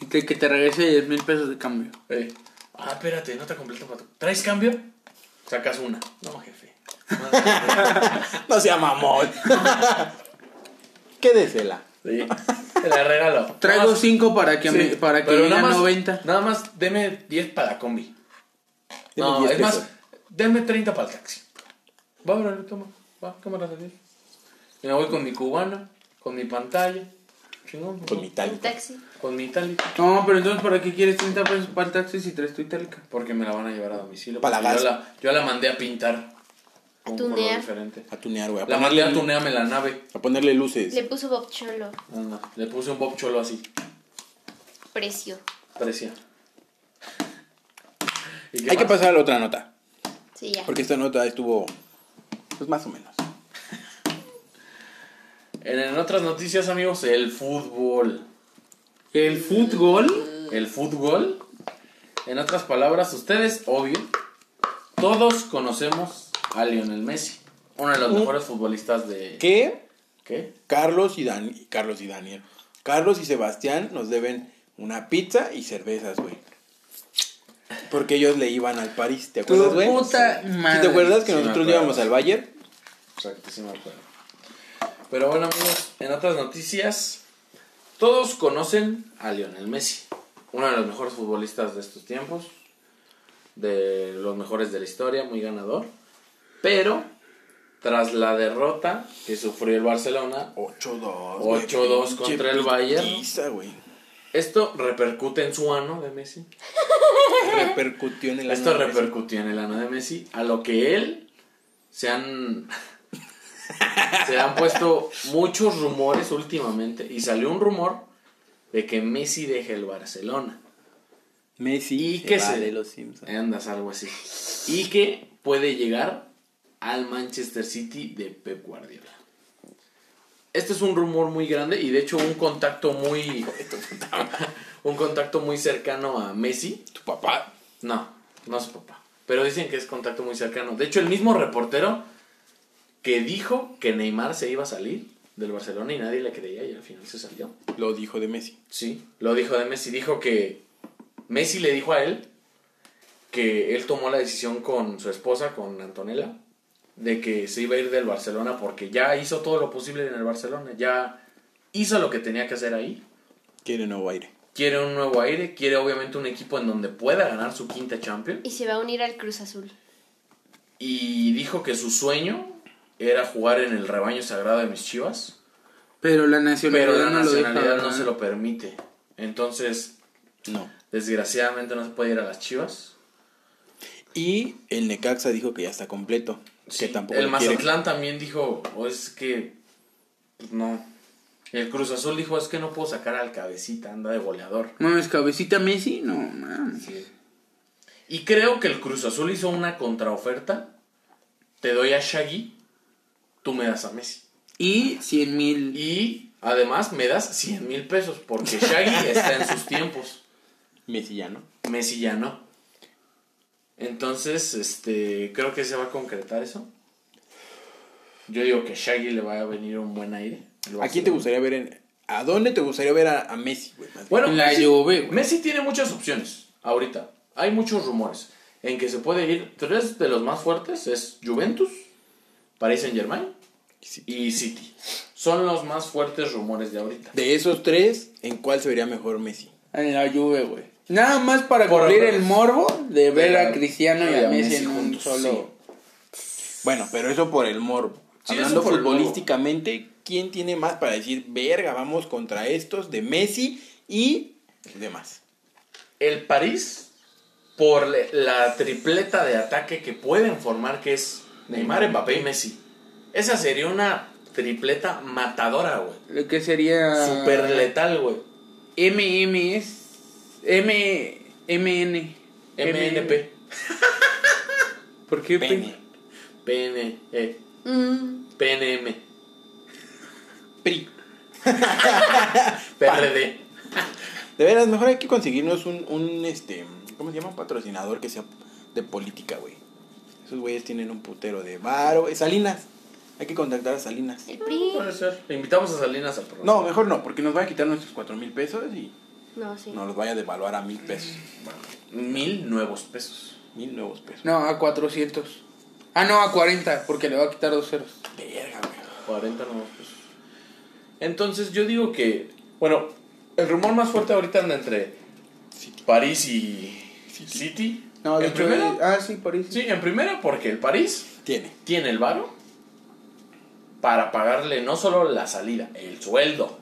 Y te- que te regrese 10 mil pesos de cambio. Eh, ah, espérate, no te completo para ¿Traes cambio? Sacas una. No, jefe. Madre. No sea mamón. Quédesela. Sí, Te la regalo. Traigo Nada más- 5 para que, sí, me, para que pero llegue a nada más- 90. Nada más, deme 10 para la combi. Deme no, 10 es más, pesos. denme 30 para el taxi. Va, órale, toma. Va, cámara de 10. Y Me voy con mi cubana, con mi pantalla. Chingón. pues, Con ¿no? mi Un tal. taxi. Con mi itálica. No, pero entonces, ¿para qué quieres 30 pesos para el taxi si traes tu itálica? Porque me la van a llevar a domicilio. Para la porque yo gas. la, yo la mandé a pintar. Con un color Tunear. diferente. A tunear, güey. A, La mandé a ponerle- tunearme la nave. a ponerle luces. Le puso Bob Cholo. No, no, Le puse un bob cholo así. Precio. Parecía. ¿Y qué Hay que más? pasar a la otra nota. Sí, ya. Porque esta nota estuvo. Pues más o menos. En, en otras noticias, amigos, el fútbol. ¿El fútbol? El fútbol, en otras palabras, ustedes, obvio, todos conocemos a Lionel Messi, uno de los mejores futbolistas de... Uh. ¿Qué? ¿Qué? Carlos y, Dan Carlos y Daniel. Carlos y Sebastián nos deben una pizza y cervezas, güey. Porque ellos le iban al París, ¿te Tu acuerdas, güey? puta ¿Sí ¿Te madre. acuerdas que Sí, me nosotros acuerdo. íbamos al Bayern? Exacto, sí me acuerdo. Pero bueno, amigos, en otras noticias, todos conocen a Lionel Messi, uno de los mejores futbolistas de estos tiempos, de los mejores de la historia, muy ganador, pero tras la derrota que sufrió el Barcelona 8-2. 8-2 contra el Bayern. Bayern. güey. Esto repercute en su ano de Messi. Repercutió en el Esto ano de Messi. repercutió en el ano de Messi, a lo que él se han se han puesto muchos rumores últimamente y salió un rumor de que Messi deje el Barcelona. Messi ¿Y se qué va se- de los Simpsons. Andas algo así. Y que puede llegar al Manchester City de Pep Guardiola. Este es un rumor muy grande y de hecho un contacto muy un contacto muy cercano a Messi Tu papá. No, no es papá. Pero dicen que es contacto muy cercano. De hecho, el mismo reportero que dijo que Neymar se iba a salir del Barcelona y nadie le creía y al final se salió. Lo dijo de Messi. Sí, lo dijo de Messi. Dijo que Messi le dijo a él que él tomó la decisión con su esposa, con Antonella, de que se iba a ir del Barcelona porque ya hizo todo lo posible en el Barcelona, ya hizo lo que tenía que hacer ahí. Quiere nuevo aire. Quiere un nuevo aire, quiere obviamente un equipo en donde pueda ganar su quinta Champions. Y se va a unir al Cruz Azul. Y dijo que su sueño era jugar en el rebaño sagrado de mis chivas. Pero la nacionalidad, Pero la no, lo ¿eh? deja, nacionalidad no ¿verdad? se lo permite. Entonces, No. desgraciadamente no se puede ir a las Chivas. Y el Necaxa dijo que ya está completo. Sí, que tampoco el lo quiere. Mazatlán también dijo, "Oh, es que pues, no. El Cruz Azul dijo, es que no puedo sacar al cabecita, anda de goleador. Mames, cabecita Messi, no mames. Y creo que el Cruz Azul hizo una contraoferta. Te doy a Shaggy, tú me das a Messi. Y 100 mil. Y además me das 100 mil pesos porque Shaggy está en sus tiempos. Messi ya, ¿no? Messi ya no. Entonces, este, creo que se va a concretar eso. Yo digo que Shaggy le va a venir un buen aire. ¿A quién te gustaría ver en... ¿A dónde te gustaría ver a, a Messi, güey? Más bien. Bueno, En la Messi, Juve, güey. Messi tiene muchas opciones ahorita. Hay muchos rumores en que se puede ir. Tres de los más fuertes es Juventus, Paris Saint Germain Sí. y City. Son los más fuertes rumores de ahorita. De esos tres, ¿en cuál se vería mejor Messi? En la Juve, güey. Nada más para Por cumplir ahora. el morbo de ver Pero- a Cristiano y y a a Messi Messi en un juntos, solo. Bueno, pero eso por el morbo. Sí, Hablando eso por el morbo. futbolísticamente, ¿quién tiene más para decir, verga, vamos contra estos de Messi y demás? el París por le- la tripleta de ataque que pueden formar que es Neymar, Mbappé y Messi. Esa sería una tripleta matadora, güey. Lo que sería. Super letal, güey. MMS. M. MN. MNP. ¿Por qué? Pene. PN, eh, Mm, PNM. PRI. PRD. De veras, mejor hay que conseguirnos un, un este, ¿cómo se llama? Un patrocinador que sea de política, güey. Esos güeyes tienen un putero de varo. güey. Salinas. Hay que contactar a Salinas. el PRI. Puede ser. Le Invitamos a Salinas al programa. No, mejor no, porque nos va a quitar nuestros cuatro mil pesos y No, sí. nos los vaya a devaluar a mil pesos. Mil nuevos pesos. Mil nuevos pesos. No, a 400. Ah, no, a 40, porque le va a quitar dos ceros. Verga, güey. 40 nuevos pesos. pues. Entonces yo digo que, bueno, el rumor más fuerte ahorita anda entre París y City. No, de en hecho, primera, eh, ah, sí, París. sí, en primera porque el París Tiene. tiene el varo para pagarle no solo la salida, el sueldo.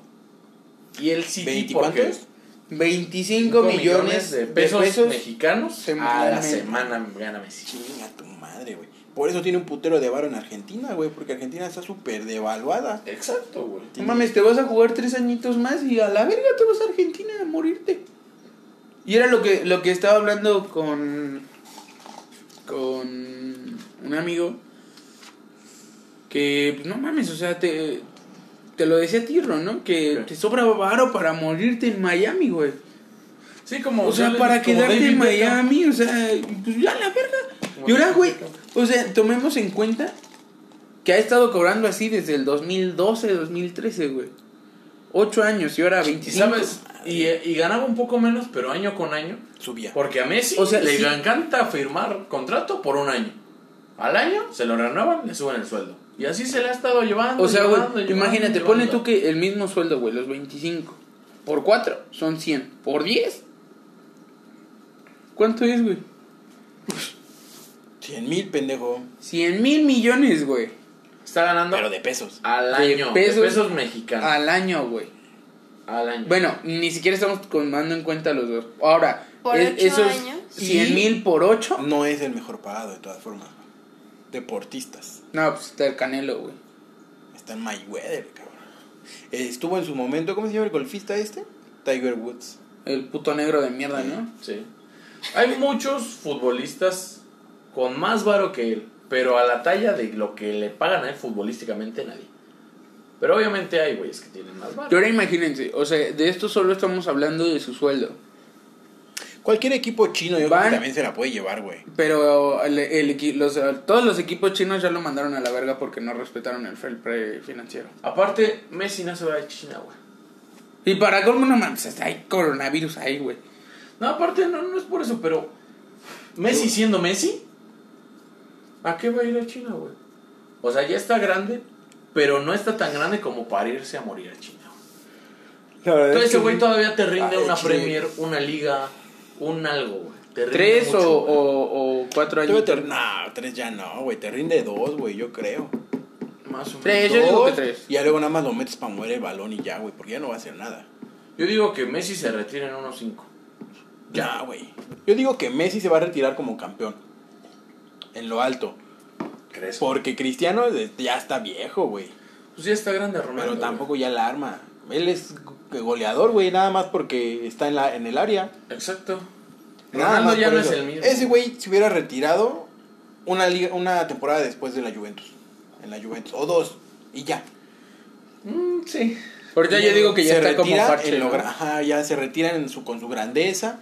Y el City ¿Veinti porque cuántos? 25 cinco millones, de pesos, mexicanos a la semanalmente. semana gana Messi. Chinga tu madre, güey. Por eso tiene un putero de varo en Argentina, güey. Porque Argentina está súper devaluada. Exacto, güey. No mames, te vas a jugar tres añitos más y a la verga te vas a Argentina a morirte. Y era lo que, lo que estaba hablando con. con un amigo. Que, pues, no mames, o sea, te, te lo decía Tirro, ¿no? Que Ok. te sobra varo para morirte en Miami, güey. Sí, como O sea, yo le- para como quedarte David en Beckham. Miami, o sea, pues ya la verga. Como Y ahora, David güey, Beckham. o sea, tomemos en cuenta que ha estado cobrando así desde el 2012, 2013, güey. Ocho años y ahora Y 25. sabes, y, y ganaba un poco menos, pero año con año. Subía. Porque a Messi O sea, le sí. encanta firmar contrato por un año. Al año se lo renuevan, le suben el sueldo. Y así se le ha estado llevando. O sea, güey, llevando, llevando, imagínate, llevando. ponle tú que el mismo sueldo, güey, los 25. Por 4 son 100. Por 10. ¿Cuánto es, güey? 100 mil, pendejo. 100 mil millones, güey. Está ganando Pero de pesos. al de año. de pesos, pesos mexicanos. Al, Al año, güey. año. Bueno, ni siquiera estamos tomando en cuenta los dos. Ahora, Por e- ocho esos años. 100 mil por 8. No es el mejor pagado, de todas formas. Deportistas. No, pues está el Canelo, güey. Está en Mayweather, cabrón. Eh, Estuvo en su momento, ¿cómo se llama el golfista este? Tiger Woods. El puto negro de mierda, ¿no? Sí. Hay muchos futbolistas con más varo que él, pero a la talla de lo que le pagan a él futbolísticamente nadie. Pero obviamente hay güeyes que tienen más Y varo. ahora imagínense, o sea, de esto solo estamos hablando de su sueldo. Cualquier equipo chino, yo creo Van- que también se la puede llevar, güey. Pero el, el equi- los- todos los equipos chinos ya lo mandaron a la verga porque no respetaron el fair play financiero. Aparte, Messi no se va de China, güey. Y para colmo, no mames, hay coronavirus ahí, güey. No, aparte, no, no es por eso, pero. Messi siendo Messi, ¿a qué va a ir a China, güey? O sea, ya está grande, pero no está tan grande como para irse a morir a China. güey. La verdad Entonces, es que ese güey todavía te rinde Ah, una Chile. Premier, una Liga, un algo, güey. Te rinde Tres mucho, o, güey. o, o cuatro Te va a años. ter- No, tres ya no, güey. Te rinde dos, güey, yo creo. Más o menos. Tres, yo digo que Dos, tres. Y ya luego nada más lo metes para mover el balón y ya, güey, porque ya no va a hacer nada. Yo digo que Messi se retira en unos cinco. Ya, güey. Yo digo que Messi se va a retirar como campeón. En lo alto. ¿Crees? Porque Cristiano eh, ya está viejo, güey. Pues ya está grande Ronaldo. Pero güey. tampoco ya la arma. Él es go- goleador, güey, nada más porque está en, la, en el área. Exacto. Nada Ronaldo más ya por no eso. es el mismo. Ese güey se hubiera retirado una, liga- una temporada después de la Juventus. En la Juventus. O dos. Y ya. Mm, sí. Ahorita yo digo que ya se está como retira parche. en lo ¿no? gra- ajá, ya se retiran en su, con su grandeza,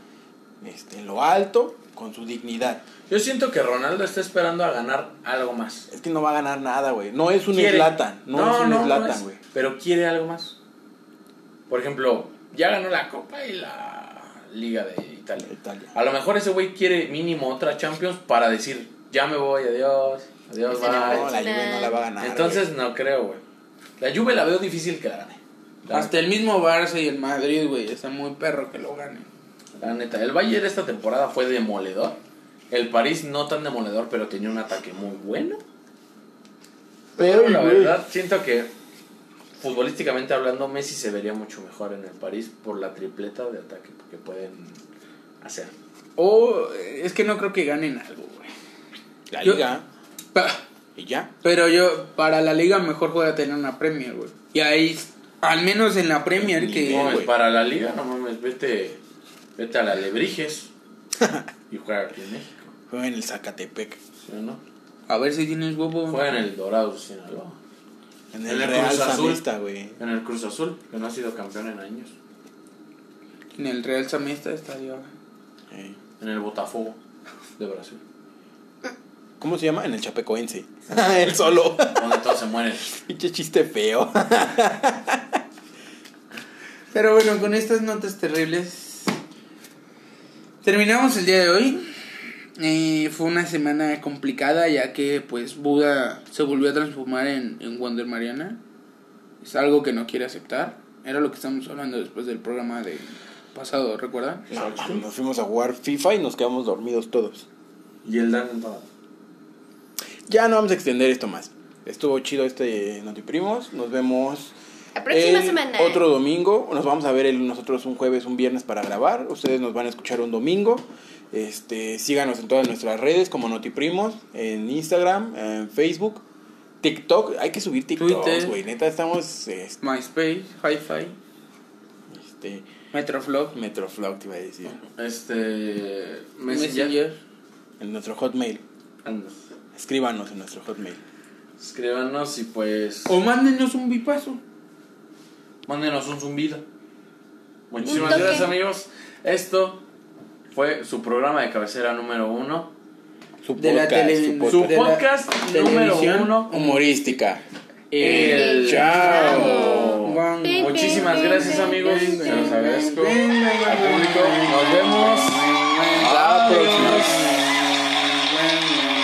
este, en lo alto, con su dignidad. Yo siento que Ronaldo está esperando a ganar algo más. Es que no va a ganar nada, güey. No es un Quiere. Zlatan, no, es un Zlatan, es, güey. Pero quiere algo más. Por ejemplo, ya ganó la Copa y la Liga de Italia. Italia. A lo mejor ese güey quiere mínimo otra Champions para decir, ya me voy, adiós, adiós, Ese no, No, bye. la Juve no la va a ganar. Ah, Entonces no creo, güey. La Juve la veo difícil que la gane. La, Hasta el mismo Barça y el Madrid, güey, está muy perro que lo ganen. la neta, el Bayern esta temporada fue demoledor. El París no tan demoledor, pero tenía un ataque muy bueno. Pero la verdad, siento que futbolísticamente hablando, Messi se vería mucho mejor en el París por la tripleta de ataque que pueden hacer. O eh, es que no creo que ganen algo, güey. güey. la yo- liga Pa- y ya. Pero yo, para la liga, mejor juega tener una Premier, güey. Y ahí, al menos en la Premier, que. No mames, güey. pues, para la liga, no mames, vete, vete a la Lebrijes y juega aquí en México. Juega en el Zacatepec, ¿sí o no? A ver si tienes huevo. Juega en el Dorado de Sinaloa, en En el el Real Cruz Azul. Samista, güey. en el Cruz Azul, que no ha sido campeón en años, En el Real Samista estadio. Eh, en el Botafogo de Brasil, ¿Cómo se llama? En el Chapecoense. Él solo. donde todos se mueren. Pinche chiste feo. Pero bueno, con estas notas terribles. Terminamos el día de hoy. Eh, fue una semana complicada ya que pues Buda se volvió a transformar en, en Wonder Mariana. Es algo que no quiere aceptar. Era lo que estamos hablando después del programa de pasado, ¿recuerdan? No, mames, nos fuimos a jugar FIFA y nos quedamos dormidos todos. Y el Dan no. Ya no vamos a extender esto más. Estuvo chido este Notiprimos. Nos vemos La próxima el semana. Eh, Otro domingo. Nos vamos a ver el- nosotros un jueves, un viernes para grabar. Ustedes nos van a escuchar un domingo. Este, síganos en todas nuestras redes como Notiprimos, en Instagram, en Facebook, TikTok. Hay que subir TikToks, Twitter. güey. Neta, estamos este, es- MySpace, Hi-Fi, este, Metroflog, Metroflog, te iba a decir. Este. Messenger. En nuestro Hotmail. Andas. Escríbanos en nuestro Hotmail. Escríbanos y pues. O mándenos un bipaso. Mándenos un zumbido. Muchísimas Un toque. gracias, amigos. Esto fue su programa de cabecera número uno. Su De la tele- su su- Su podcast. De la podcast número televisión. uno. Humorística. El El Chao. Chao. Guau. Muchísimas gracias, amigos. Se los agradezco. Al público. Nos vemos. Adiós. La próxima.